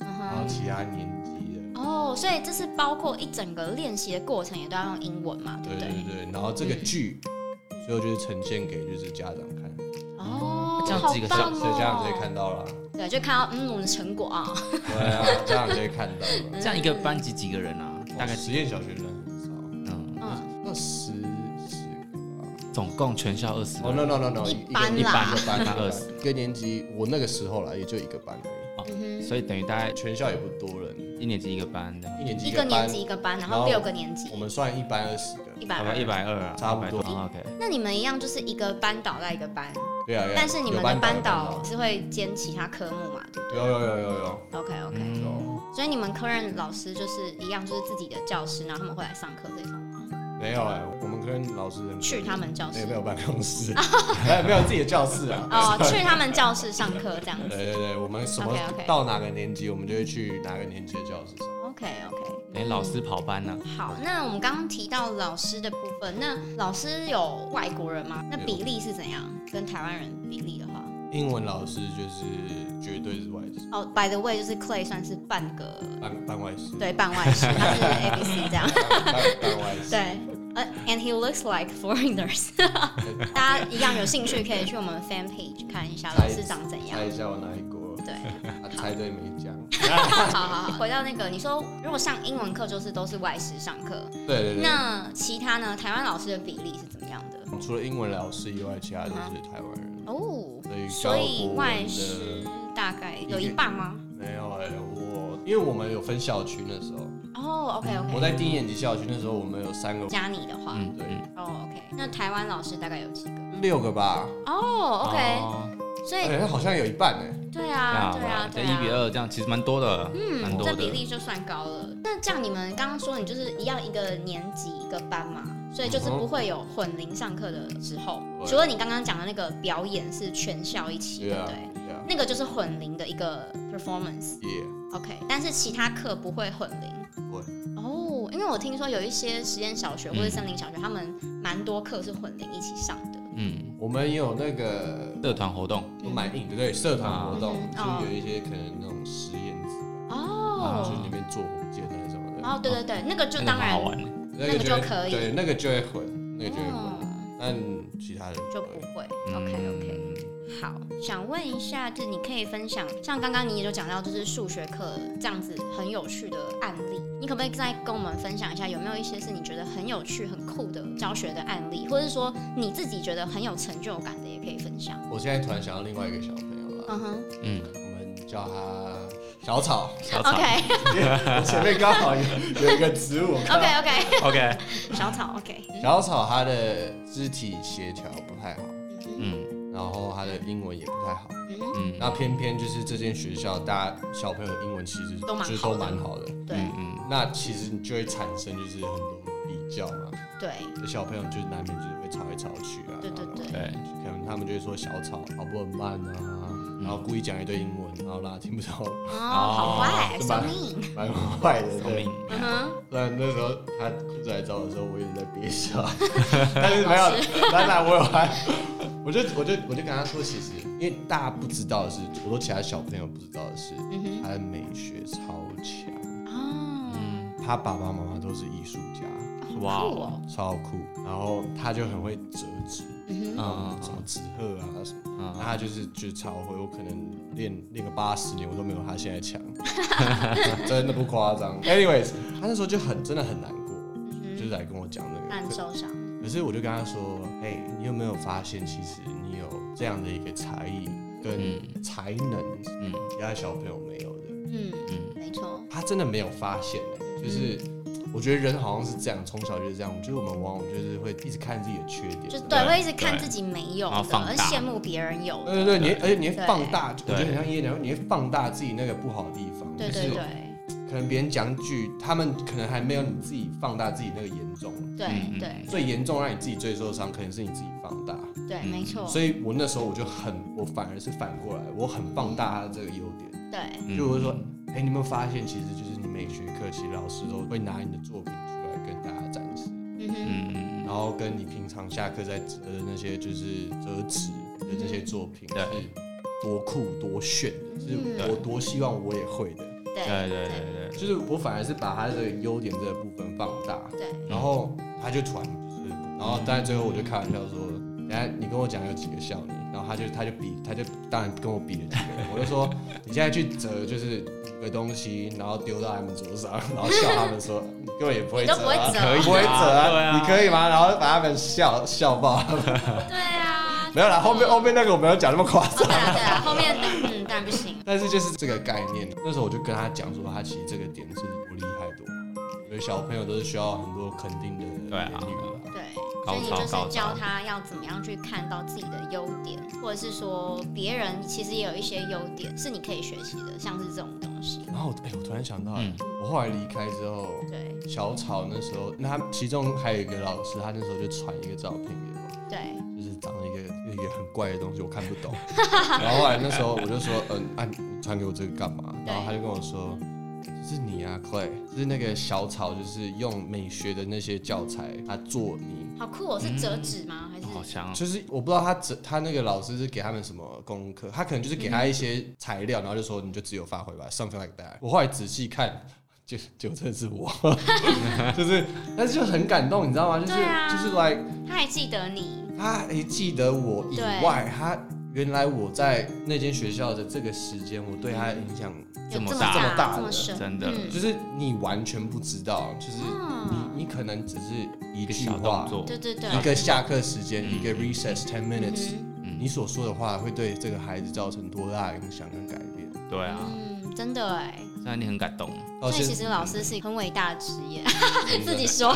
[SPEAKER 1] 啊
[SPEAKER 2] 嗯
[SPEAKER 1] 然后
[SPEAKER 2] 哼。
[SPEAKER 1] 其他年级的，
[SPEAKER 2] 哦，所以这是包括一整个练习的过程，也都要用英文嘛，对
[SPEAKER 1] 对
[SPEAKER 2] 不对？
[SPEAKER 1] 对对，然后这个剧最后就是呈现给就是家长看，
[SPEAKER 2] 哦，
[SPEAKER 4] 这样
[SPEAKER 2] 好
[SPEAKER 4] 子一个小
[SPEAKER 2] 棒
[SPEAKER 1] 所以家长就可以
[SPEAKER 2] 哦！
[SPEAKER 1] 看到了，
[SPEAKER 2] 对，就看到嗯我们的成果啊，
[SPEAKER 1] 对啊，家长就会看到了。
[SPEAKER 4] 这样一个班级几个人啊？ 大概
[SPEAKER 1] 实验小学人很少，啊
[SPEAKER 4] 嗯，
[SPEAKER 2] 嗯，
[SPEAKER 1] 那十十个吧。
[SPEAKER 4] 总共全校二十
[SPEAKER 1] 哦、
[SPEAKER 4] 个
[SPEAKER 1] n
[SPEAKER 4] 人，
[SPEAKER 1] o no no no，
[SPEAKER 2] 一
[SPEAKER 1] 个
[SPEAKER 2] 班
[SPEAKER 1] 一
[SPEAKER 2] 啦
[SPEAKER 1] 班一班
[SPEAKER 4] 一
[SPEAKER 1] 一
[SPEAKER 4] 班
[SPEAKER 1] 班
[SPEAKER 4] 二十
[SPEAKER 1] 一个年级，我那个时候啦，也就一个班而已，
[SPEAKER 2] 嗯
[SPEAKER 4] 所以等于大概
[SPEAKER 1] 全校也不多人，
[SPEAKER 4] 一年级一个班的，
[SPEAKER 1] 一年级
[SPEAKER 2] 一个
[SPEAKER 1] 个
[SPEAKER 2] 年
[SPEAKER 1] 班，
[SPEAKER 2] 级一个班，然
[SPEAKER 1] 然
[SPEAKER 2] 后
[SPEAKER 1] 后
[SPEAKER 2] 六个年级
[SPEAKER 1] 我，们算一班二十个，
[SPEAKER 2] 一
[SPEAKER 4] 好
[SPEAKER 2] 百
[SPEAKER 4] 吧，
[SPEAKER 2] 二
[SPEAKER 4] 一。百二啊，
[SPEAKER 1] 差不多
[SPEAKER 4] 120啊 OK，
[SPEAKER 2] 那你们一样就是一个班导带一个班，
[SPEAKER 1] 对啊，对啊
[SPEAKER 2] 但是你
[SPEAKER 1] 有
[SPEAKER 2] 们的班
[SPEAKER 1] 班
[SPEAKER 2] 导是会兼其他科目嘛？对不
[SPEAKER 1] 有有有有有，
[SPEAKER 2] 对？OK OK，、
[SPEAKER 4] 嗯，
[SPEAKER 2] 所以你们科任老师就是一样，就是自己的教室，然后他们会来上课这种吗，
[SPEAKER 1] 没有哎、我们跟老师很
[SPEAKER 2] 去他们教
[SPEAKER 1] 没
[SPEAKER 2] 室
[SPEAKER 1] 有没有办公室，哎没有自己的教室啊。
[SPEAKER 2] 哦，去他们教室上课这样子。
[SPEAKER 1] 对对对，我们什么
[SPEAKER 2] OK，OK
[SPEAKER 1] 到哪个年级，我们就会去哪个年级的教室上。
[SPEAKER 2] OK OK，
[SPEAKER 4] 哎，老师跑班呢？
[SPEAKER 2] 好，那我们刚刚提到老师的部分，那老师有外国人吗？那比例是怎样？跟台湾人比例的话，
[SPEAKER 1] 英文老师就是绝对是外师，
[SPEAKER 2] 哦、b y the way，就是 Clay 算是半个
[SPEAKER 1] 半半外师，
[SPEAKER 2] 对半外师，他是 A B C 这样。
[SPEAKER 1] 半半半外师。
[SPEAKER 2] 对，呃、a n d he looks like foreigners 。 大家一样有兴趣可以去我们 fan page 看一下老师长怎样
[SPEAKER 1] 猜。一下我哪一国？
[SPEAKER 2] 对，
[SPEAKER 1] 啊，猜对没讲。
[SPEAKER 2] 好好好，回到那个，你说如果上英文课就是都是外师上课，
[SPEAKER 1] 对对对。
[SPEAKER 2] 那其他呢？台湾老师的比例是怎么样的？
[SPEAKER 1] 除了英文老师以外，其他都是台湾人。
[SPEAKER 2] 哦，
[SPEAKER 1] 所以教
[SPEAKER 2] 所以
[SPEAKER 1] 国
[SPEAKER 2] 外
[SPEAKER 1] 文的
[SPEAKER 2] 师大概有一半吗？
[SPEAKER 1] 没有哎、我因为我们有分校区那时候，
[SPEAKER 2] 哦，OK
[SPEAKER 1] 我
[SPEAKER 2] OK，
[SPEAKER 1] 在第一年级校区那时候，我们有三个，
[SPEAKER 2] 加你的话，
[SPEAKER 4] 嗯
[SPEAKER 1] 对，
[SPEAKER 2] 哦 OK，那台湾老师大概有几个？
[SPEAKER 1] 六个吧，
[SPEAKER 2] 哦，OK，
[SPEAKER 4] 哦
[SPEAKER 2] 所以
[SPEAKER 1] 哎、好像有一半哎、
[SPEAKER 2] 对
[SPEAKER 4] 对
[SPEAKER 2] 啊，
[SPEAKER 4] 啊，
[SPEAKER 2] 对啊，
[SPEAKER 4] 这
[SPEAKER 2] 对
[SPEAKER 4] 一比
[SPEAKER 2] 啊。
[SPEAKER 4] 二这样其实蛮多的，蛮
[SPEAKER 2] 嗯，
[SPEAKER 4] 多
[SPEAKER 2] 这
[SPEAKER 4] 的。
[SPEAKER 2] 比例就算高了。那这样你们刚刚说你就是一样一个年级一个班嘛，所以就是
[SPEAKER 1] 嗯哼
[SPEAKER 2] 不会有混龄上课的时候。
[SPEAKER 1] 哦对
[SPEAKER 2] 除了你刚刚讲的那个表演是全校一起，
[SPEAKER 1] 对
[SPEAKER 2] 对不
[SPEAKER 1] 啊
[SPEAKER 2] 对？，
[SPEAKER 1] 对啊，
[SPEAKER 2] 那个就是混龄的一个 performance。
[SPEAKER 1] 也
[SPEAKER 2] OK，但是其他课不会混龄。
[SPEAKER 1] 不会
[SPEAKER 2] 哦，因为我听说有一些实验小学或者
[SPEAKER 4] 嗯
[SPEAKER 2] 森林小学，他们蛮多课是混龄一起上的。
[SPEAKER 4] 嗯，
[SPEAKER 1] 我们也有那个
[SPEAKER 4] 社团活动，
[SPEAKER 1] 都蛮硬的，对，社团活动、
[SPEAKER 2] 嗯
[SPEAKER 1] 就是有一些可能那种实验室，啊
[SPEAKER 2] 哦
[SPEAKER 1] 就是里面做火箭啊什么的，
[SPEAKER 2] 哦，对对对，那个就
[SPEAKER 4] 那个
[SPEAKER 2] 当
[SPEAKER 4] 蛮
[SPEAKER 2] 然
[SPEAKER 4] 好，玩的。
[SPEAKER 1] 那
[SPEAKER 2] 那个
[SPEAKER 1] 会
[SPEAKER 2] 就可以
[SPEAKER 1] 对，那个就会混，那个就会混，
[SPEAKER 2] 嗯，
[SPEAKER 1] 但其他的
[SPEAKER 2] 就不会。
[SPEAKER 4] 嗯
[SPEAKER 2] OK OK。好，想问一下，就是你可以分享，像刚刚你也有讲到，就是数学课这样子很有趣的案例，你可不可以再跟我们分享一下，有没有一些是你觉得很有趣、很酷的教学的案例，或者说你自己觉得很有成就感的，也可以分享。
[SPEAKER 1] 我现在突然想到另外一个小朋友了，
[SPEAKER 2] 嗯哼
[SPEAKER 4] 嗯，
[SPEAKER 1] 我们叫他小草，
[SPEAKER 4] 小草
[SPEAKER 2] ，OK
[SPEAKER 1] 前面刚好有有一个植物，我看到
[SPEAKER 2] OK OK，
[SPEAKER 4] OK，
[SPEAKER 2] 小草 OK，
[SPEAKER 1] 小草他的肢体协调不太好，
[SPEAKER 2] 嗯
[SPEAKER 4] 嗯
[SPEAKER 1] 然后他的英文也不太好。
[SPEAKER 2] 嗯，
[SPEAKER 4] 嗯
[SPEAKER 1] 那偏偏就是这间学校，大家小朋友的英文其实
[SPEAKER 2] 都蛮好的
[SPEAKER 1] 就是都蛮好的。
[SPEAKER 2] 对
[SPEAKER 4] 嗯
[SPEAKER 1] 那其实你就会产生就是很多比较嘛，
[SPEAKER 2] 对，
[SPEAKER 1] 这小朋友就难免就是会吵来吵去啊。
[SPEAKER 2] 对对对
[SPEAKER 1] 然后
[SPEAKER 4] 对，
[SPEAKER 1] 可能他们就会说小草跑步很慢
[SPEAKER 4] 嗯
[SPEAKER 1] 啊，然后故意讲一堆英文，然后大家听不到，
[SPEAKER 2] 哦，好坏
[SPEAKER 1] 是
[SPEAKER 2] ，so
[SPEAKER 1] 吧
[SPEAKER 2] mean，
[SPEAKER 1] 蛮坏的。
[SPEAKER 4] 聪
[SPEAKER 1] 对
[SPEAKER 4] 明，，
[SPEAKER 2] 嗯哼，
[SPEAKER 1] 但那时候他裤子来找我的时候，我也在憋 笑，但是没有，当然我有还，我就我就我就跟他说，其实因为大家不知道的是，我说其他小朋友不知道的是，
[SPEAKER 2] 嗯哼，
[SPEAKER 1] 他的美学超强，
[SPEAKER 2] 哦，
[SPEAKER 1] 他爸爸妈妈都是艺术家，
[SPEAKER 4] 哇
[SPEAKER 2] 好酷哦，
[SPEAKER 1] 超酷，然后他就很会折纸，
[SPEAKER 2] 嗯哼，
[SPEAKER 1] 啊
[SPEAKER 4] 嗯，
[SPEAKER 1] 什么纸鹤啊什么，
[SPEAKER 4] 嗯
[SPEAKER 1] 他就是就是超会，我可能练练个八十年我都没有他现在 强，真的不夸张。Anyways，他那时候就很真的很难过。
[SPEAKER 2] 嗯
[SPEAKER 1] 就是来跟我讲
[SPEAKER 2] 哼，
[SPEAKER 1] 那
[SPEAKER 2] 那
[SPEAKER 1] 个
[SPEAKER 2] 你。受伤，
[SPEAKER 1] 可是我就跟他说，哎、你有没有发现，其实你有这样的一个才艺跟才能，
[SPEAKER 4] 嗯
[SPEAKER 1] 其他小朋友没有的。
[SPEAKER 2] 嗯，
[SPEAKER 4] 嗯
[SPEAKER 2] 没错，
[SPEAKER 1] 他真的没有发现、欸，
[SPEAKER 2] 嗯
[SPEAKER 1] 就是我觉得人好像是这样，从小就是这样，就是我们往往就是会一直看自己的缺点，
[SPEAKER 2] 就是对，
[SPEAKER 4] 对
[SPEAKER 2] 会一直看自己没有
[SPEAKER 4] 然后
[SPEAKER 2] 的，
[SPEAKER 4] 放
[SPEAKER 2] 而
[SPEAKER 4] 大
[SPEAKER 2] 羡慕别人有的，
[SPEAKER 1] 对对对，你而且你会放大，我
[SPEAKER 4] 对
[SPEAKER 1] 觉得很像叶良，你会放大自己那个不好的地方，
[SPEAKER 2] 对
[SPEAKER 1] 就
[SPEAKER 2] 对
[SPEAKER 1] 是
[SPEAKER 2] 对
[SPEAKER 1] 可能别人讲句，他们可能还没有你自己放大自己那个严重，
[SPEAKER 2] 对
[SPEAKER 4] 嗯
[SPEAKER 2] 对
[SPEAKER 1] 最严重让你自己最受伤，可能是你自己放大。
[SPEAKER 2] 对，
[SPEAKER 4] 嗯
[SPEAKER 2] 没错，
[SPEAKER 1] 所以我那时候我就很，我反而是反过来，我很放大他的这个优点，
[SPEAKER 2] 对，
[SPEAKER 4] 嗯
[SPEAKER 1] 就我就说，哎、你有没有发现，其实就是你每学科，其实老师都会拿你的作品出来跟大家展示，
[SPEAKER 2] 嗯哼，
[SPEAKER 4] 嗯嗯
[SPEAKER 1] 然后跟你平常下课在折的那些就是折纸的这些作品，
[SPEAKER 4] 对
[SPEAKER 1] 是多酷多炫的，是我多希望我也会的，
[SPEAKER 4] 嗯
[SPEAKER 2] 对
[SPEAKER 4] 对对对对，
[SPEAKER 1] 就是我反而是把他的优点这个部分放大，
[SPEAKER 2] 对，
[SPEAKER 1] 然后他就传，就是，然后但最后我就开玩笑说，等下你跟我讲有几个笑你，然后他就他就比他就当然跟我比了几个， 我就说你现在去折就是五个东西，然后丢到他们桌上， 然后笑他们说你根本也不会
[SPEAKER 2] 你
[SPEAKER 1] 折、
[SPEAKER 2] 都
[SPEAKER 1] 啊，
[SPEAKER 2] 不会折可以啊
[SPEAKER 1] 不会折
[SPEAKER 4] 对啊
[SPEAKER 1] 你可以吗？然后把他们笑笑爆，
[SPEAKER 2] 对啊，
[SPEAKER 1] 没有啦，后面后面那个我没有讲那么夸
[SPEAKER 2] 对
[SPEAKER 1] 张。
[SPEAKER 2] 啊对啊，后面嗯当然不行，
[SPEAKER 1] 但是就是这个概念，那时候我就跟他讲说，他其实这个点是多厉害多好，因为小朋友都是需要很多肯定的
[SPEAKER 4] 对
[SPEAKER 1] 言
[SPEAKER 4] 啊
[SPEAKER 1] 语啦
[SPEAKER 2] 对，所
[SPEAKER 4] 高
[SPEAKER 2] 以你
[SPEAKER 4] 招
[SPEAKER 2] 就是
[SPEAKER 4] 高
[SPEAKER 2] 教
[SPEAKER 4] 招
[SPEAKER 2] 他要怎么样去看到自己的优点，或者是说别人其实也有一些优点是你可以学习的，像是这种东西，
[SPEAKER 1] 然后，哎、我突然想到了，
[SPEAKER 4] 嗯
[SPEAKER 1] 我后来离开之后，
[SPEAKER 2] 对
[SPEAKER 1] 小草那时候，那他其中还有一个老师，他那时候就传一个照片给我，
[SPEAKER 2] 对，
[SPEAKER 1] 就是长了一个一个很怪的东西，我看不懂。然后后来那时候我就说，嗯，啊，你传给我这个干嘛？
[SPEAKER 2] 对
[SPEAKER 1] 然后他就跟我说，这是你啊，Clay，就是那个小草，就是用美学的那些教材，他做你。
[SPEAKER 2] 好酷哦，是折纸吗？还是
[SPEAKER 4] 好强哦，
[SPEAKER 1] 就是我不知道他只他那个老师是给他们什么功课，他可能就是给他一些材料，然后就说你就自由发挥吧，something like that。我后来仔细看，就就真的是我， 就是，但是就很感动，你知道吗？就是、
[SPEAKER 2] 对啊
[SPEAKER 1] 就是 like
[SPEAKER 2] 他还记得你？
[SPEAKER 1] 他还记得我以外，他原来我在那间学校的这个时间，我对他的影响
[SPEAKER 4] 这么
[SPEAKER 2] 么
[SPEAKER 4] 大
[SPEAKER 1] 这么大
[SPEAKER 2] 这么
[SPEAKER 1] 的
[SPEAKER 2] 深，
[SPEAKER 4] 真的
[SPEAKER 2] 嗯
[SPEAKER 1] 就是你完全不知道，就是
[SPEAKER 2] 嗯
[SPEAKER 1] 你你可能只是一
[SPEAKER 4] 一个
[SPEAKER 1] 句
[SPEAKER 4] 小
[SPEAKER 1] 话
[SPEAKER 4] 动，作，
[SPEAKER 2] 对对对，
[SPEAKER 1] 一个下课时间，
[SPEAKER 4] 嗯
[SPEAKER 1] 一个 recess ten minutes，
[SPEAKER 2] 嗯
[SPEAKER 1] 你所说的话会对这个孩子造成多大的影响跟改变？
[SPEAKER 4] 对啊，
[SPEAKER 2] 嗯，真的哎，
[SPEAKER 4] 虽然你很感动，
[SPEAKER 1] 到
[SPEAKER 2] 所以
[SPEAKER 1] 现
[SPEAKER 2] 其实老师是很伟大的职业，
[SPEAKER 4] 嗯
[SPEAKER 2] 自
[SPEAKER 1] 真的
[SPEAKER 2] 己说，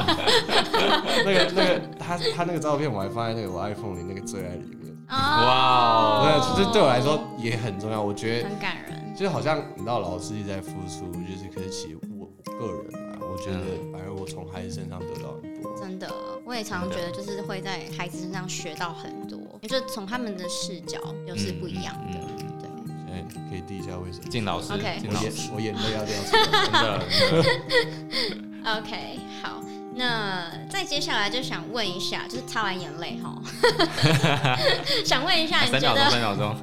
[SPEAKER 1] 那个那个他他那个照片我还放在那个我 iPhone 里那个最爱里面，
[SPEAKER 4] 哇
[SPEAKER 1] 那就是对我来说也很重要。我觉得
[SPEAKER 2] 很感人，
[SPEAKER 1] 就是好像你知道老师一直在付出，就是可是其实我我个人啊，我觉得
[SPEAKER 4] 嗯
[SPEAKER 1] 反而我从孩子身上得到很多。
[SPEAKER 2] 真的，我也常常觉得就是会在孩子身上学到很多，我觉得从他们的视角又是不一样的，
[SPEAKER 4] 嗯嗯
[SPEAKER 2] 对。
[SPEAKER 1] 哎，可以递一下卫生纸。
[SPEAKER 4] 敬老师，
[SPEAKER 2] OK
[SPEAKER 4] 敬
[SPEAKER 1] 我
[SPEAKER 4] 老
[SPEAKER 1] 眼
[SPEAKER 4] 师，
[SPEAKER 1] 我眼泪要掉出来。
[SPEAKER 4] 真的， 真的
[SPEAKER 2] OK，好，那再接下来就想问一下，就是擦完眼泪 哈， 想问一下，你
[SPEAKER 4] 三
[SPEAKER 2] 觉
[SPEAKER 4] 秒钟，
[SPEAKER 2] 得
[SPEAKER 4] 三秒钟，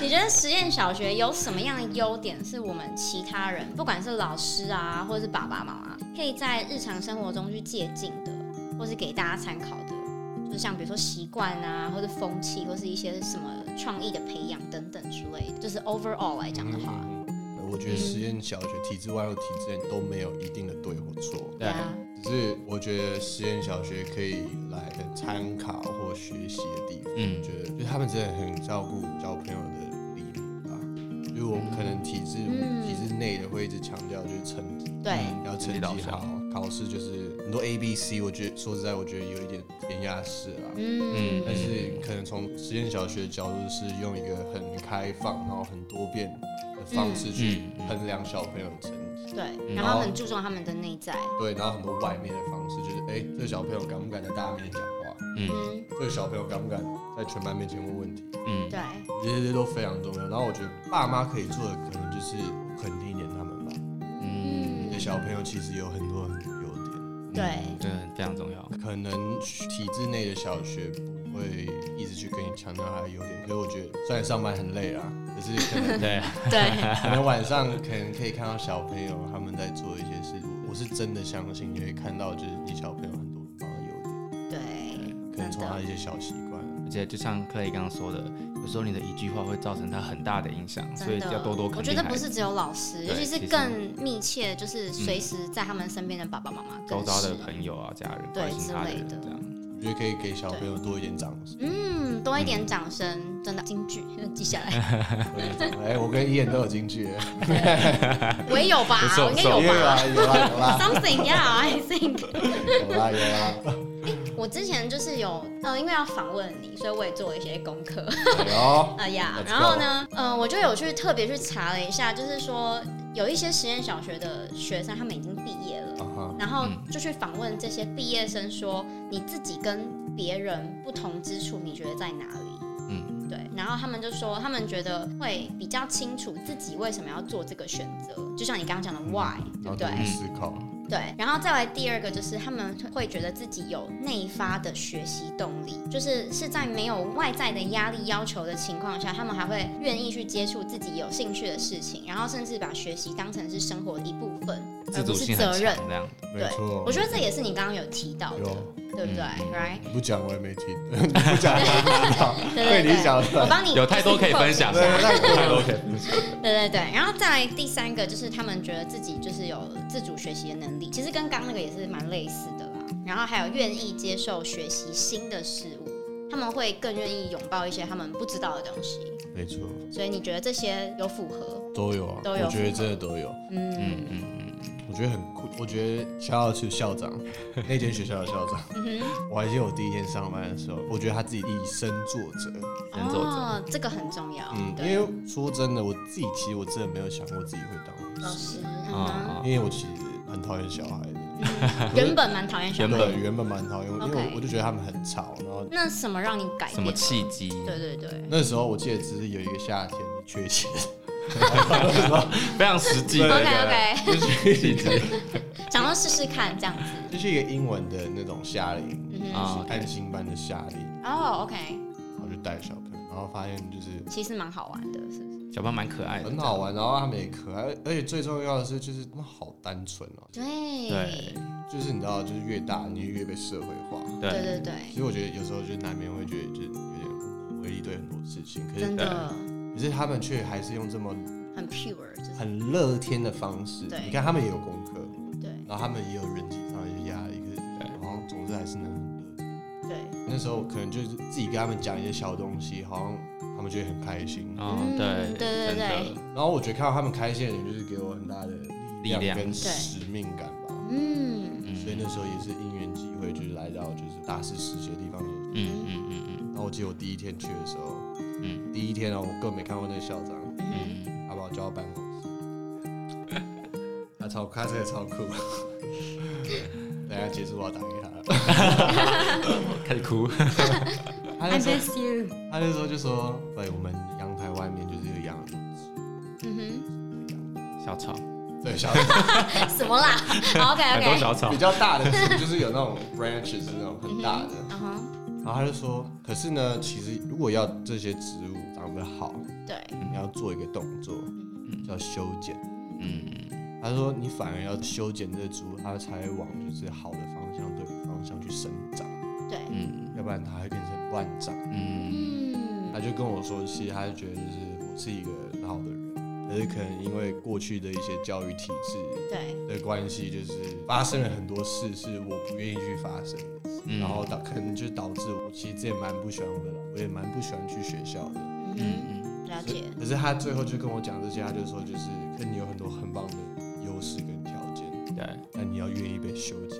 [SPEAKER 2] 你觉得实验小学有什么样的优点是我们其他人，不管是老师啊，或者是爸爸妈妈，可以在日常生活中去借鉴的，或是给大家参考的，就是像比如说习惯啊，或者风气，或是一些什么创意的培养等等之类的，就是 overall 来讲的话，
[SPEAKER 4] 嗯
[SPEAKER 1] 嗯我觉得实验小学体制外和体制内都没有一定的对或错，
[SPEAKER 4] 对
[SPEAKER 2] 啊，
[SPEAKER 1] 只是我觉得实验小学可以来参考或学习的地方。
[SPEAKER 4] 嗯
[SPEAKER 1] 我觉得就是他们真的很照顾小朋友的理念吧。就是我们可能体制、
[SPEAKER 2] 嗯
[SPEAKER 1] 体制内的会一直强调就是成绩，
[SPEAKER 2] 对，
[SPEAKER 1] 要成
[SPEAKER 4] 成绩
[SPEAKER 1] 绩
[SPEAKER 4] 导
[SPEAKER 1] 好，考试就是很多 A B C，我觉得说实在，我觉得有一点填鸭式啦。
[SPEAKER 2] 嗯，
[SPEAKER 1] 但是可能从实验小学的角度是用一个很开放，然后很多变的方式去
[SPEAKER 4] 嗯嗯
[SPEAKER 1] 衡量小朋友的成绩。
[SPEAKER 2] 对，
[SPEAKER 4] 嗯
[SPEAKER 2] 然后很注重他们的内在，
[SPEAKER 1] 对，然后很多外面的方式就是，哎、这个小朋友敢不敢在大家面前讲话？
[SPEAKER 4] 嗯
[SPEAKER 2] 嗯。
[SPEAKER 1] 这个小朋友敢不敢在全班面前问问题？
[SPEAKER 4] 嗯，
[SPEAKER 2] 对，
[SPEAKER 1] 我觉得这些都非常重要。然后我觉得爸妈可以做的可能就是肯定一点他们吧。你的
[SPEAKER 2] 嗯，
[SPEAKER 1] 小朋友其实有很多很多优点，
[SPEAKER 4] 嗯
[SPEAKER 2] 对，
[SPEAKER 4] 对，非常重要，
[SPEAKER 1] 可能体制内的小学不会一直去跟你强调他的优点，所以我觉得虽然上班很累啦，可是可 能
[SPEAKER 4] 对，
[SPEAKER 2] 对，
[SPEAKER 1] 可能晚上可能可以看到小朋友他们在做一些事，我是真的相信你会看到，就是你小朋友很多很棒的优点，
[SPEAKER 2] 对，
[SPEAKER 1] 可能从
[SPEAKER 2] 真的
[SPEAKER 1] 他一些小习惯。
[SPEAKER 4] 而且就像克雷刚刚说的，有时候你的一句话会造成他很大的影响，所以
[SPEAKER 2] 真的
[SPEAKER 4] 要多多
[SPEAKER 2] 我
[SPEAKER 4] 肯
[SPEAKER 2] 觉
[SPEAKER 4] 定
[SPEAKER 2] 得
[SPEAKER 4] 孩
[SPEAKER 2] 不
[SPEAKER 4] 子。
[SPEAKER 2] 是只有老师，尤
[SPEAKER 4] 对
[SPEAKER 2] 其是
[SPEAKER 4] 其实嗯
[SPEAKER 2] 更密切，就是随时在他们身边的爸爸妈妈，
[SPEAKER 4] 周
[SPEAKER 2] 更
[SPEAKER 4] 遭的
[SPEAKER 2] 是，
[SPEAKER 4] 朋友啊、家人、
[SPEAKER 2] 对
[SPEAKER 4] 关心他的
[SPEAKER 2] 之类
[SPEAKER 4] 人，
[SPEAKER 2] 的
[SPEAKER 4] 这样
[SPEAKER 1] 我觉得可以给小朋友多一点掌声。
[SPEAKER 2] 嗯，多一点掌声，真的金句 记下 来，
[SPEAKER 1] 多一点掌声哎，我跟伊人都有京剧，
[SPEAKER 2] 我也有吧
[SPEAKER 4] 不，错
[SPEAKER 2] 我应该
[SPEAKER 4] 不错
[SPEAKER 1] 有
[SPEAKER 2] 有吧
[SPEAKER 1] 啦有啦有 啦
[SPEAKER 2] ，something 呀，I think。
[SPEAKER 1] 有啦有啦，
[SPEAKER 2] 我之前就是有，呃，因为要访问你，所以我也做了一些功课，
[SPEAKER 1] 哎呦，
[SPEAKER 2] 哎呀，
[SPEAKER 1] Let's
[SPEAKER 2] 然后呢，呃，我就有去特别去查了一下，就是说有一些实验小学的学生他们已经毕业了。
[SPEAKER 1] 啊哈，
[SPEAKER 2] 然后
[SPEAKER 4] 嗯
[SPEAKER 2] 就去访问这些毕业生说，你自己跟别人不同之处，你觉得在哪里？
[SPEAKER 4] 嗯，
[SPEAKER 2] 对，然后他们就说，他们觉得会比较清楚自己为什么要做这个选择，就像你刚刚讲的
[SPEAKER 4] 嗯
[SPEAKER 2] why，对
[SPEAKER 1] 然后
[SPEAKER 2] 不
[SPEAKER 1] 多
[SPEAKER 4] 哦
[SPEAKER 1] 去
[SPEAKER 2] 对？
[SPEAKER 1] 思考，
[SPEAKER 2] 对，然后再来第二个就是他们会觉得自己有内发的学习动力，就是是在没有外在的压力要求的情况下，他们还会愿意去接触自己有兴趣的事情，然后甚至把学习当成是生活的一部分，
[SPEAKER 4] 自
[SPEAKER 2] 而不
[SPEAKER 4] 主
[SPEAKER 2] 是
[SPEAKER 4] 性很
[SPEAKER 2] 责任。
[SPEAKER 4] 强，这样
[SPEAKER 1] 没错
[SPEAKER 2] 我。觉得这也是你刚刚有提到的，
[SPEAKER 1] 有
[SPEAKER 2] 对不对、
[SPEAKER 4] 嗯
[SPEAKER 2] r i g h
[SPEAKER 1] 你不讲我也没听， 你不讲我也不知道，
[SPEAKER 2] t
[SPEAKER 1] 被
[SPEAKER 2] 对
[SPEAKER 1] 你
[SPEAKER 2] 对对，
[SPEAKER 1] 讲出
[SPEAKER 2] 我
[SPEAKER 1] 来，
[SPEAKER 2] 帮你
[SPEAKER 4] 有太多可以分享
[SPEAKER 2] 就是 quote 一
[SPEAKER 1] 对，
[SPEAKER 2] 下
[SPEAKER 1] 那
[SPEAKER 4] 太
[SPEAKER 1] 我
[SPEAKER 4] 多可以分享。
[SPEAKER 2] 对对对，然后再来第三个就是他们觉得自己就是有自主学习的能力，其实跟刚那个也是蛮类似的啦。然后还有愿意接受学习新的事物，他们会更愿意拥抱一些他们不知道的东西。
[SPEAKER 1] 没错，
[SPEAKER 2] 所以你觉得这些有符合？
[SPEAKER 1] 都有啊，
[SPEAKER 2] 都有
[SPEAKER 1] 我觉得真的都有。
[SPEAKER 2] 嗯
[SPEAKER 4] 嗯嗯
[SPEAKER 1] 我觉得很酷，我觉得 shout out to 校长，那间学校的校长，
[SPEAKER 2] 嗯
[SPEAKER 1] 我还记得我第一天上班的时候，我觉得他自己以身作则，
[SPEAKER 4] 嗯，人走者，
[SPEAKER 2] 哦，这个很重要。
[SPEAKER 1] 嗯，因
[SPEAKER 2] 对，
[SPEAKER 1] 为说真的，我自己其实我真的没有想过自己会当
[SPEAKER 2] 老
[SPEAKER 1] 老师，
[SPEAKER 2] 师，嗯哼，
[SPEAKER 4] 啊啊，
[SPEAKER 1] 因为我其实很讨厌小孩的，
[SPEAKER 2] 原本蛮讨厌小
[SPEAKER 4] 原
[SPEAKER 2] 孩
[SPEAKER 4] 本
[SPEAKER 2] 的，
[SPEAKER 1] 对，原本蛮讨厌，因为
[SPEAKER 2] OK
[SPEAKER 1] 我我就觉得他们很吵，然后
[SPEAKER 2] 那什么让你改
[SPEAKER 4] 什
[SPEAKER 2] 变
[SPEAKER 4] 么
[SPEAKER 2] 了？
[SPEAKER 4] 契机？
[SPEAKER 2] 对对对，
[SPEAKER 1] 那时候我记得只是有一个夏天缺钱，
[SPEAKER 4] 非常实际
[SPEAKER 1] 对
[SPEAKER 4] 的
[SPEAKER 2] OK
[SPEAKER 4] 一个
[SPEAKER 2] OK，
[SPEAKER 4] 契机
[SPEAKER 2] 想要试试看这样子。
[SPEAKER 1] 就是一个英文的那种夏令，
[SPEAKER 2] 嗯哼，
[SPEAKER 4] 啊，
[SPEAKER 1] 安心班的夏令，
[SPEAKER 2] 哦，OK，
[SPEAKER 1] 然后就带小朋友，然后发现就是
[SPEAKER 2] 其实蛮好玩的，是不是？
[SPEAKER 4] 小胖蛮可爱的
[SPEAKER 1] 很，好玩，然后他们也可爱，而且最重要的是就是他们好单纯哦、
[SPEAKER 4] 对
[SPEAKER 1] 就是你知道，就是越大你越被社会化，
[SPEAKER 2] 对
[SPEAKER 4] 对，
[SPEAKER 2] 对对，
[SPEAKER 1] 所以我觉得有时候就难免会觉得就是有点无能为力对很多事情，可是
[SPEAKER 2] 真的
[SPEAKER 1] 可是他们却还是用这么
[SPEAKER 2] 很 pure，就是
[SPEAKER 1] 很乐天的方式。
[SPEAKER 2] 对
[SPEAKER 1] 你看他们也有功课，
[SPEAKER 2] 对
[SPEAKER 1] 然后他们也有人际上的一些压力，可是好像总之还是能很乐天。
[SPEAKER 2] 对，
[SPEAKER 1] 那时候可能就是自己跟他们讲一些小东西，好像他们就会很开心。
[SPEAKER 4] 哦，
[SPEAKER 2] 嗯对
[SPEAKER 4] 对，
[SPEAKER 2] 对
[SPEAKER 4] 真的
[SPEAKER 2] 对
[SPEAKER 1] 然后我觉得看到他们开心的人，就是给我很大的力
[SPEAKER 4] 力
[SPEAKER 1] 量
[SPEAKER 4] 量
[SPEAKER 1] 跟
[SPEAKER 4] 对
[SPEAKER 1] 使命感吧。
[SPEAKER 2] 嗯
[SPEAKER 1] 所以那时候也是因缘际会，就是来到就是大师世界的地方演讲。
[SPEAKER 4] 嗯嗯嗯嗯
[SPEAKER 1] 然后我记得我第一天去的时候，
[SPEAKER 4] 嗯
[SPEAKER 1] 第一天啊，我根本没看过那个校长，
[SPEAKER 4] 嗯嗯，
[SPEAKER 1] 他把我叫到办公室，他超他真的超酷。 等一下结束我要打给他。
[SPEAKER 4] 开始哭，
[SPEAKER 1] 他
[SPEAKER 2] ，I
[SPEAKER 1] 那时候
[SPEAKER 2] miss you，
[SPEAKER 1] 他那时候就说，对，我们阳台外面就是有养
[SPEAKER 2] 嗯
[SPEAKER 4] 小草，
[SPEAKER 1] 对小
[SPEAKER 2] 哼， 什么啦？OK
[SPEAKER 4] 很多
[SPEAKER 2] OK，
[SPEAKER 4] 小草
[SPEAKER 1] 比，较大的树，就是 有那种 branches 那种很大的。
[SPEAKER 2] 嗯哼，
[SPEAKER 1] 然后他就说，可是呢，其实如果要这些植物长得好，
[SPEAKER 2] 对，
[SPEAKER 1] 你要做一个动作
[SPEAKER 4] 嗯
[SPEAKER 1] 叫修剪。
[SPEAKER 4] 嗯
[SPEAKER 1] 他说你反而要修剪这株，它才会往就是好的方向、对的方向去生长，
[SPEAKER 2] 对，
[SPEAKER 4] 嗯
[SPEAKER 1] 要不然它会变成乱长。
[SPEAKER 4] 嗯
[SPEAKER 2] 嗯
[SPEAKER 1] 他就跟我说，其实他就觉得就是我是一个很好的人，可是可能因为过去的一些教育体制
[SPEAKER 2] 对，
[SPEAKER 1] 的关系，就是发生了很多事是我不愿意去发生的，
[SPEAKER 4] 嗯，
[SPEAKER 1] 然后导可能就导致我其实也蛮不喜欢我的啦，我也蛮不喜欢去学校的。
[SPEAKER 2] 嗯哼，
[SPEAKER 4] 嗯
[SPEAKER 2] 了
[SPEAKER 1] 可是
[SPEAKER 2] 解，
[SPEAKER 1] 可是他最后就跟我讲这些，他就说就是跟你有很多很棒的优势跟条件，
[SPEAKER 4] 嗯对，
[SPEAKER 1] 但你要愿意被修剪。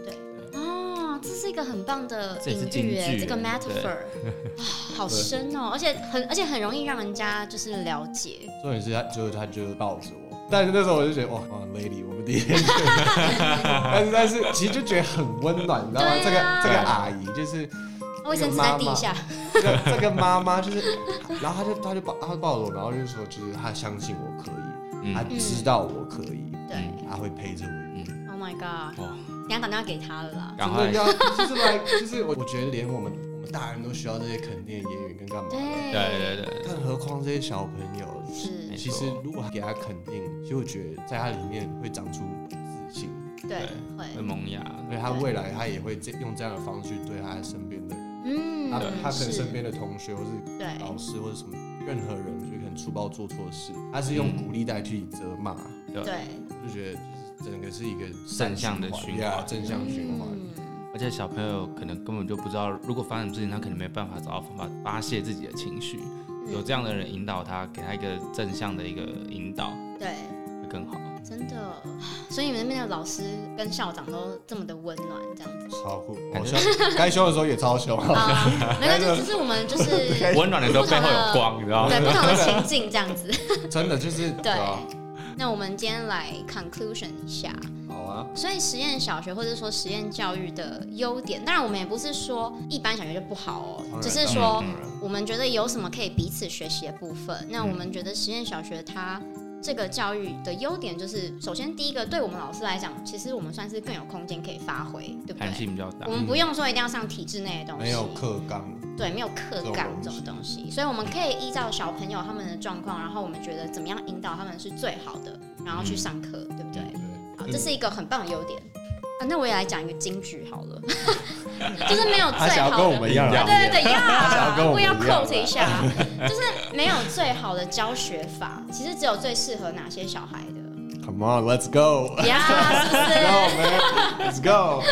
[SPEAKER 2] 哦，这是一个很棒的
[SPEAKER 4] 这也是
[SPEAKER 2] 隐
[SPEAKER 4] 金
[SPEAKER 2] 喻
[SPEAKER 4] 句
[SPEAKER 2] 耶，这个
[SPEAKER 4] 耶
[SPEAKER 2] metaphor，哇，好深哦，而且很而且很容易让人家就是了解，
[SPEAKER 1] 重点是他，最后他就抱着我，但是那时候我就觉得哇哇，lady，我们第一天去， 但是但是其实就觉得很温暖，你知道吗？
[SPEAKER 2] 对啊
[SPEAKER 1] 这个这个阿姨就是
[SPEAKER 2] 卫生纸在地下，
[SPEAKER 1] 这个这个妈妈就是，然后她就她就抱她抱着我，然后就说就是她相信我可以，她
[SPEAKER 4] 嗯
[SPEAKER 1] 知道我可以，
[SPEAKER 2] 对
[SPEAKER 1] 她会陪着我。
[SPEAKER 2] ，Oh my god，
[SPEAKER 4] 哇，
[SPEAKER 2] 你要打电话给他了啦，
[SPEAKER 4] 赶
[SPEAKER 1] 真的
[SPEAKER 4] 快，
[SPEAKER 1] 要就是来就是我我觉得连我们我们大人都需要这些肯定的言语跟干嘛的，
[SPEAKER 4] 对
[SPEAKER 2] 对，
[SPEAKER 4] 对对，对
[SPEAKER 1] 更何况这些小朋友。
[SPEAKER 2] 是
[SPEAKER 4] 没，
[SPEAKER 1] 其实如果给他肯定，其实我觉得在他里面会长出自信。
[SPEAKER 2] 对，
[SPEAKER 4] 会
[SPEAKER 2] 会，
[SPEAKER 4] 萌芽，
[SPEAKER 1] 所
[SPEAKER 2] 嗯
[SPEAKER 1] 以他未来他也会这用这样的方式去对他身边的人，
[SPEAKER 2] 嗯
[SPEAKER 1] 他他可能
[SPEAKER 2] 是
[SPEAKER 1] 身边的同学或是
[SPEAKER 2] 对，
[SPEAKER 1] 老师或者什么任何人，就可能粗暴做错事，他是用鼓励代替责骂，
[SPEAKER 2] 对，
[SPEAKER 1] 就觉得就是整个是一个
[SPEAKER 4] 正向的循环
[SPEAKER 1] Yeah，正向循环。
[SPEAKER 2] 嗯，
[SPEAKER 4] 而且小朋友可能根本就不知道，如果发生什么事情，他可能没办法找到方法发泄自己的情绪。有这样的人引导他，给他一个正向的一个引导，
[SPEAKER 2] 对。
[SPEAKER 4] 会更好。
[SPEAKER 2] 真的，所以你们那边的老师跟校长都这么的温暖，这样子。
[SPEAKER 1] 超酷，
[SPEAKER 4] 感
[SPEAKER 1] 我
[SPEAKER 4] 觉
[SPEAKER 1] 凶，该凶的时候也超凶。
[SPEAKER 2] 啊，没有，就只是我们 就是对
[SPEAKER 4] 温暖的时候背后有光，你知道吗？
[SPEAKER 2] 不同的情境这样子。
[SPEAKER 1] 真的就是
[SPEAKER 2] 对
[SPEAKER 1] 啊，
[SPEAKER 2] 那我们今天来 conclusion 一下，
[SPEAKER 1] 好啊，
[SPEAKER 2] 所以实验小学或者说实验教育的优点，当然我们也不是说一般小学就不好
[SPEAKER 1] 当
[SPEAKER 2] 哦，
[SPEAKER 1] 然
[SPEAKER 2] 只是说
[SPEAKER 1] 当然
[SPEAKER 2] 我们觉得有什么可以彼此学习的部分。那我们觉得实验小学它这个教育的优点就是，首先第一个，对我们老师来讲，其实我们算是更有空间可以发挥，对不对
[SPEAKER 4] 弹？性比较大
[SPEAKER 2] 我。们不用说一定要上体制内的东西，
[SPEAKER 1] 没有课纲，
[SPEAKER 2] 对，没有课纲
[SPEAKER 1] 这
[SPEAKER 2] 这
[SPEAKER 1] 种
[SPEAKER 2] 种东西，所以我们可以依照小朋友他们的状况，然后我们觉得怎么样引导他们是最好的，然后去上课，对不对？
[SPEAKER 1] 嗯
[SPEAKER 2] 好，
[SPEAKER 1] 对，
[SPEAKER 2] 这是一个很棒的优点。啊，那我也来讲一个金句好了，就是没有最好的。
[SPEAKER 1] 一样
[SPEAKER 2] 啊，对对对，
[SPEAKER 1] 想要跟
[SPEAKER 2] 呀，
[SPEAKER 1] 我
[SPEAKER 2] 我
[SPEAKER 1] 们一
[SPEAKER 2] 要
[SPEAKER 1] 样
[SPEAKER 2] quote 一啊下， 就是没有最好的教学法，其实只有最适合哪些小孩的
[SPEAKER 1] Come on，Let's go，Go
[SPEAKER 2] 呀是不
[SPEAKER 1] man，Let's
[SPEAKER 2] 是？
[SPEAKER 1] go。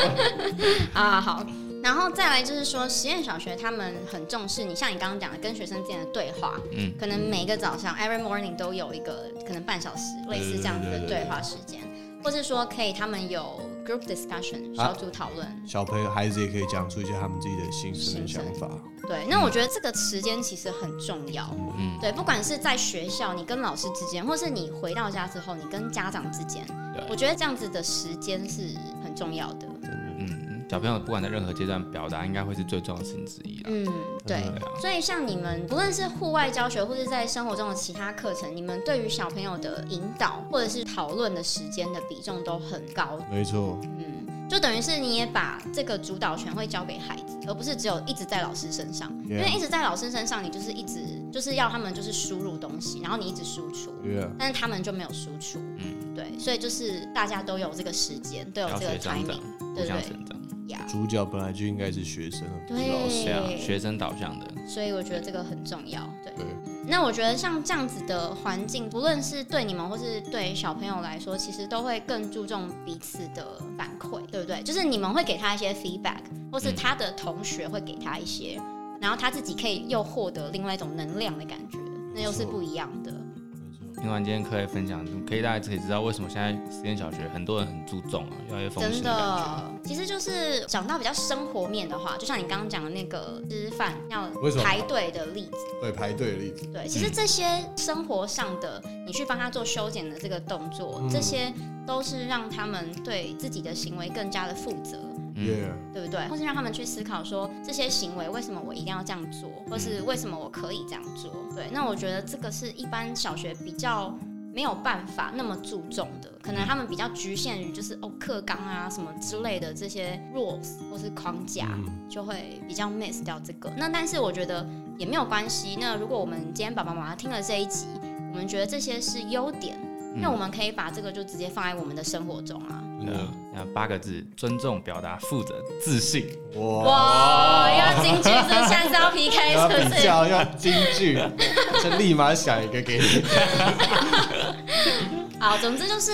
[SPEAKER 2] 啊，好。然后再来就是说，实验小学他们很重视你，像你刚刚讲的，跟学生之间的对话，
[SPEAKER 4] 嗯
[SPEAKER 2] 可能每个早上 every morning 都有一个可能半小时类似这样子的对话时间，或是说可以他们有 group discussion
[SPEAKER 1] 啊
[SPEAKER 2] 小组讨论。
[SPEAKER 1] 小朋友、孩子也可以讲出一些他们自己的心声跟想法。
[SPEAKER 2] 对，那我觉得这个时间其实很重要。
[SPEAKER 4] 嗯，
[SPEAKER 2] 对，不管是在学校，你跟老师之间，或是你回到家之后，你跟家长之间，
[SPEAKER 4] 对
[SPEAKER 2] 我觉得这样子的时间是很重要的。
[SPEAKER 4] 嗯，小朋友不管在任何阶段，表达应该会是最重要的事情之一啦。
[SPEAKER 2] 嗯，对
[SPEAKER 1] 嗯。
[SPEAKER 4] 对啊，
[SPEAKER 2] 所以，像你们不论是户外教学，或是在生活中的其他课程，你们对于小朋友的引导或者是讨论的时间的比重都很高。
[SPEAKER 1] 没错，
[SPEAKER 2] 嗯，就等于是你也把这个主导权会交给孩子，而不是只有一直在老师身上。因为一直在老师身上，你就是一直就是要他们就是输入东西，然后你一直输出，
[SPEAKER 1] yeah.
[SPEAKER 2] 但是他们就没有输出。
[SPEAKER 4] 嗯，
[SPEAKER 2] 对，所以就是大家都有这个时间，都有
[SPEAKER 4] 要
[SPEAKER 2] 这个
[SPEAKER 4] 学成
[SPEAKER 2] timing
[SPEAKER 4] 长，互相成长，
[SPEAKER 2] 呀。
[SPEAKER 1] 主角本来就应该是学生，
[SPEAKER 2] 对，
[SPEAKER 4] 对啊，学生导向的。
[SPEAKER 2] 所以我觉得这个很重要。对，
[SPEAKER 1] 对，
[SPEAKER 2] 那我觉得像这样子的环境，不论是对你们或是对小朋友来说，其实都会更注重彼此的反馈，对不对？就是你们会给他一些 feedback，或是
[SPEAKER 4] 嗯
[SPEAKER 2] 他的同学会给他一些，然后他自己可以又获得另外一种能量的感觉，那又是不一样的。
[SPEAKER 4] 听完今天课来分享，可以大家可以知道为什么现在实验小学很多人很注重啊，要有风
[SPEAKER 2] 真
[SPEAKER 4] 险感觉。
[SPEAKER 2] 的，其实就是讲到比较生活面的话，就像你刚刚讲的那个吃饭要
[SPEAKER 1] 为什么
[SPEAKER 2] 排队的例子，
[SPEAKER 1] 对排队的例子，
[SPEAKER 2] 对，其实这些生活上的，你去帮他做修剪的这个动作，
[SPEAKER 1] 嗯
[SPEAKER 2] 这些都是让他们对自己的行为更加的负责，
[SPEAKER 1] 耶，
[SPEAKER 2] 对不对？或是嗯让他们去思考说，这些行为为什么我一定要这样做，或是为什么我可以这样做？对，那我觉得这个是一般小学比较。没有办法那么注重的，可能他们比较局限于就是哦课纲啊什么之类的这些 rules 或是框架，
[SPEAKER 1] 嗯
[SPEAKER 2] 就会比较 miss 掉这个。那但是我觉得也没有关系。那如果我们今天爸爸妈妈听了这一集，我们觉得这些是优点，那我们可以把这个就直接放在我们的生活中啊。
[SPEAKER 1] 真的
[SPEAKER 4] 嗯那八个字：尊重、表达、负责、自信。
[SPEAKER 1] 哇，
[SPEAKER 2] 哇，要进去这下是要 PK
[SPEAKER 1] 要
[SPEAKER 2] 是
[SPEAKER 1] 比
[SPEAKER 2] 不是？
[SPEAKER 1] 较要京剧，就立马想一个给你。
[SPEAKER 2] 好，总之就是，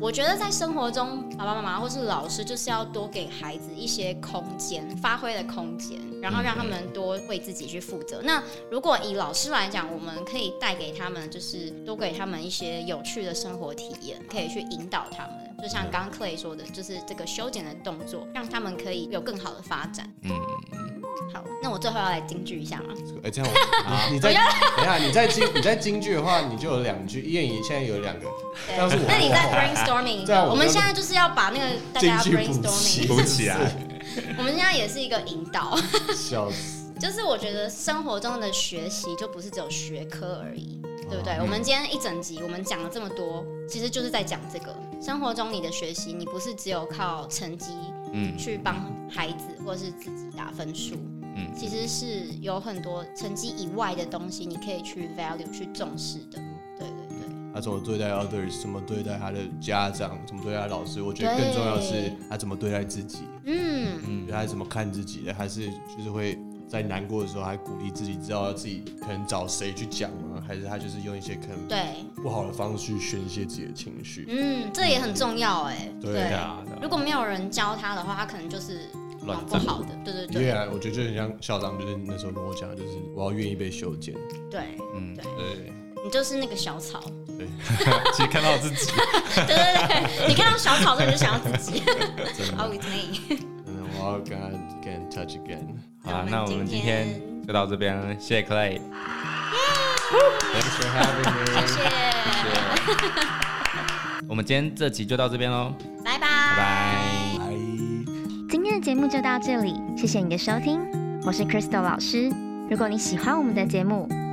[SPEAKER 2] 我觉得在生活中，爸爸妈妈或是老师就是要多给孩子一些空间，发挥的空间，然后让他们多为自己去负责。那如果以老师来讲，我们可以带给他们，就是多给他们一些有趣的生活体验，可以去引导他们。就像刚刚 Clay 说的，就是这个修剪的动作，让他们可以有更好的发展。
[SPEAKER 4] 嗯，
[SPEAKER 2] 好，那我最后要来金句一下吗？
[SPEAKER 1] 哎、这样
[SPEAKER 2] 啊
[SPEAKER 1] 我，你你在等一下，你在京你在京剧的话，你就有两句，燕姨现在有两个，
[SPEAKER 2] 对
[SPEAKER 1] 要是我
[SPEAKER 2] 那你
[SPEAKER 1] 的
[SPEAKER 2] 在
[SPEAKER 1] 话
[SPEAKER 2] brainstorming，一
[SPEAKER 1] 这样
[SPEAKER 2] 个
[SPEAKER 1] 我
[SPEAKER 2] 我们
[SPEAKER 1] 就
[SPEAKER 2] 现在就是要把那个大
[SPEAKER 1] 京
[SPEAKER 2] 家
[SPEAKER 1] 剧补
[SPEAKER 2] brainstorming
[SPEAKER 1] 习
[SPEAKER 4] 补起来，
[SPEAKER 2] 我们现在也是一个引导，
[SPEAKER 1] 笑死，
[SPEAKER 2] 就是我觉得生活中的学习就不是只有学科而已，对不对？我们今天一整集我们讲了这么多，其实就是在讲这个生活中你的学习，你不是只有靠成绩
[SPEAKER 4] 嗯
[SPEAKER 2] 去帮孩子或是自己打分数，
[SPEAKER 4] 嗯
[SPEAKER 2] 其实是有很多成绩以外的东西，你可以去 value 去重视的。对对对，
[SPEAKER 1] 他怎么对待 others，怎么对待他的家长，怎么对待老师，我觉得更重要的是
[SPEAKER 2] 对
[SPEAKER 1] 他怎么对待自己，
[SPEAKER 2] 嗯，
[SPEAKER 4] 嗯，
[SPEAKER 1] 他是怎么看自己的，还是就是会在难过的时候还鼓励自己，知道自己可能找谁去讲吗？还是他就是用一些可能
[SPEAKER 2] 对，
[SPEAKER 1] 不好的方式去宣泄自己的情绪？
[SPEAKER 2] 嗯，这也很重要哎。
[SPEAKER 1] 对
[SPEAKER 4] 对啊，对啊
[SPEAKER 2] 如果没有人教他的话，他可能就是
[SPEAKER 4] 乱
[SPEAKER 2] 往不
[SPEAKER 4] 整
[SPEAKER 2] 好的。对对
[SPEAKER 1] 因
[SPEAKER 2] 对
[SPEAKER 1] 为啊，我觉得就很像校长，就是那时候跟我讲的，就是我要愿意被修剪。
[SPEAKER 2] 对，
[SPEAKER 4] 嗯，
[SPEAKER 1] 对，
[SPEAKER 2] 你就是那个小草，
[SPEAKER 4] 其实看到自己，
[SPEAKER 2] 对对对，你 看到小草之后你就想要自己
[SPEAKER 1] 真的，
[SPEAKER 2] ，Oh it's me。
[SPEAKER 1] 真的，我要跟他 get in touch again。
[SPEAKER 4] 好啦， 那我们今天就到这边了，谢谢 Clay。
[SPEAKER 1] Thanks for having me.
[SPEAKER 2] 谢谢，
[SPEAKER 4] 我们今天这集就到这边喽，
[SPEAKER 2] 拜拜。
[SPEAKER 4] 拜拜。
[SPEAKER 1] Bye.
[SPEAKER 5] 今天的节目就到这里，谢谢你的收听，我是 Crystal 老师。如果你喜欢我们的节目，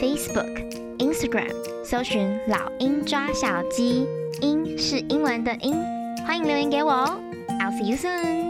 [SPEAKER 5] Facebook、Instagram 搜寻“老鹰抓小鸡”，鹰是英文的鹰，欢迎留言给我哦。I'll see you soon.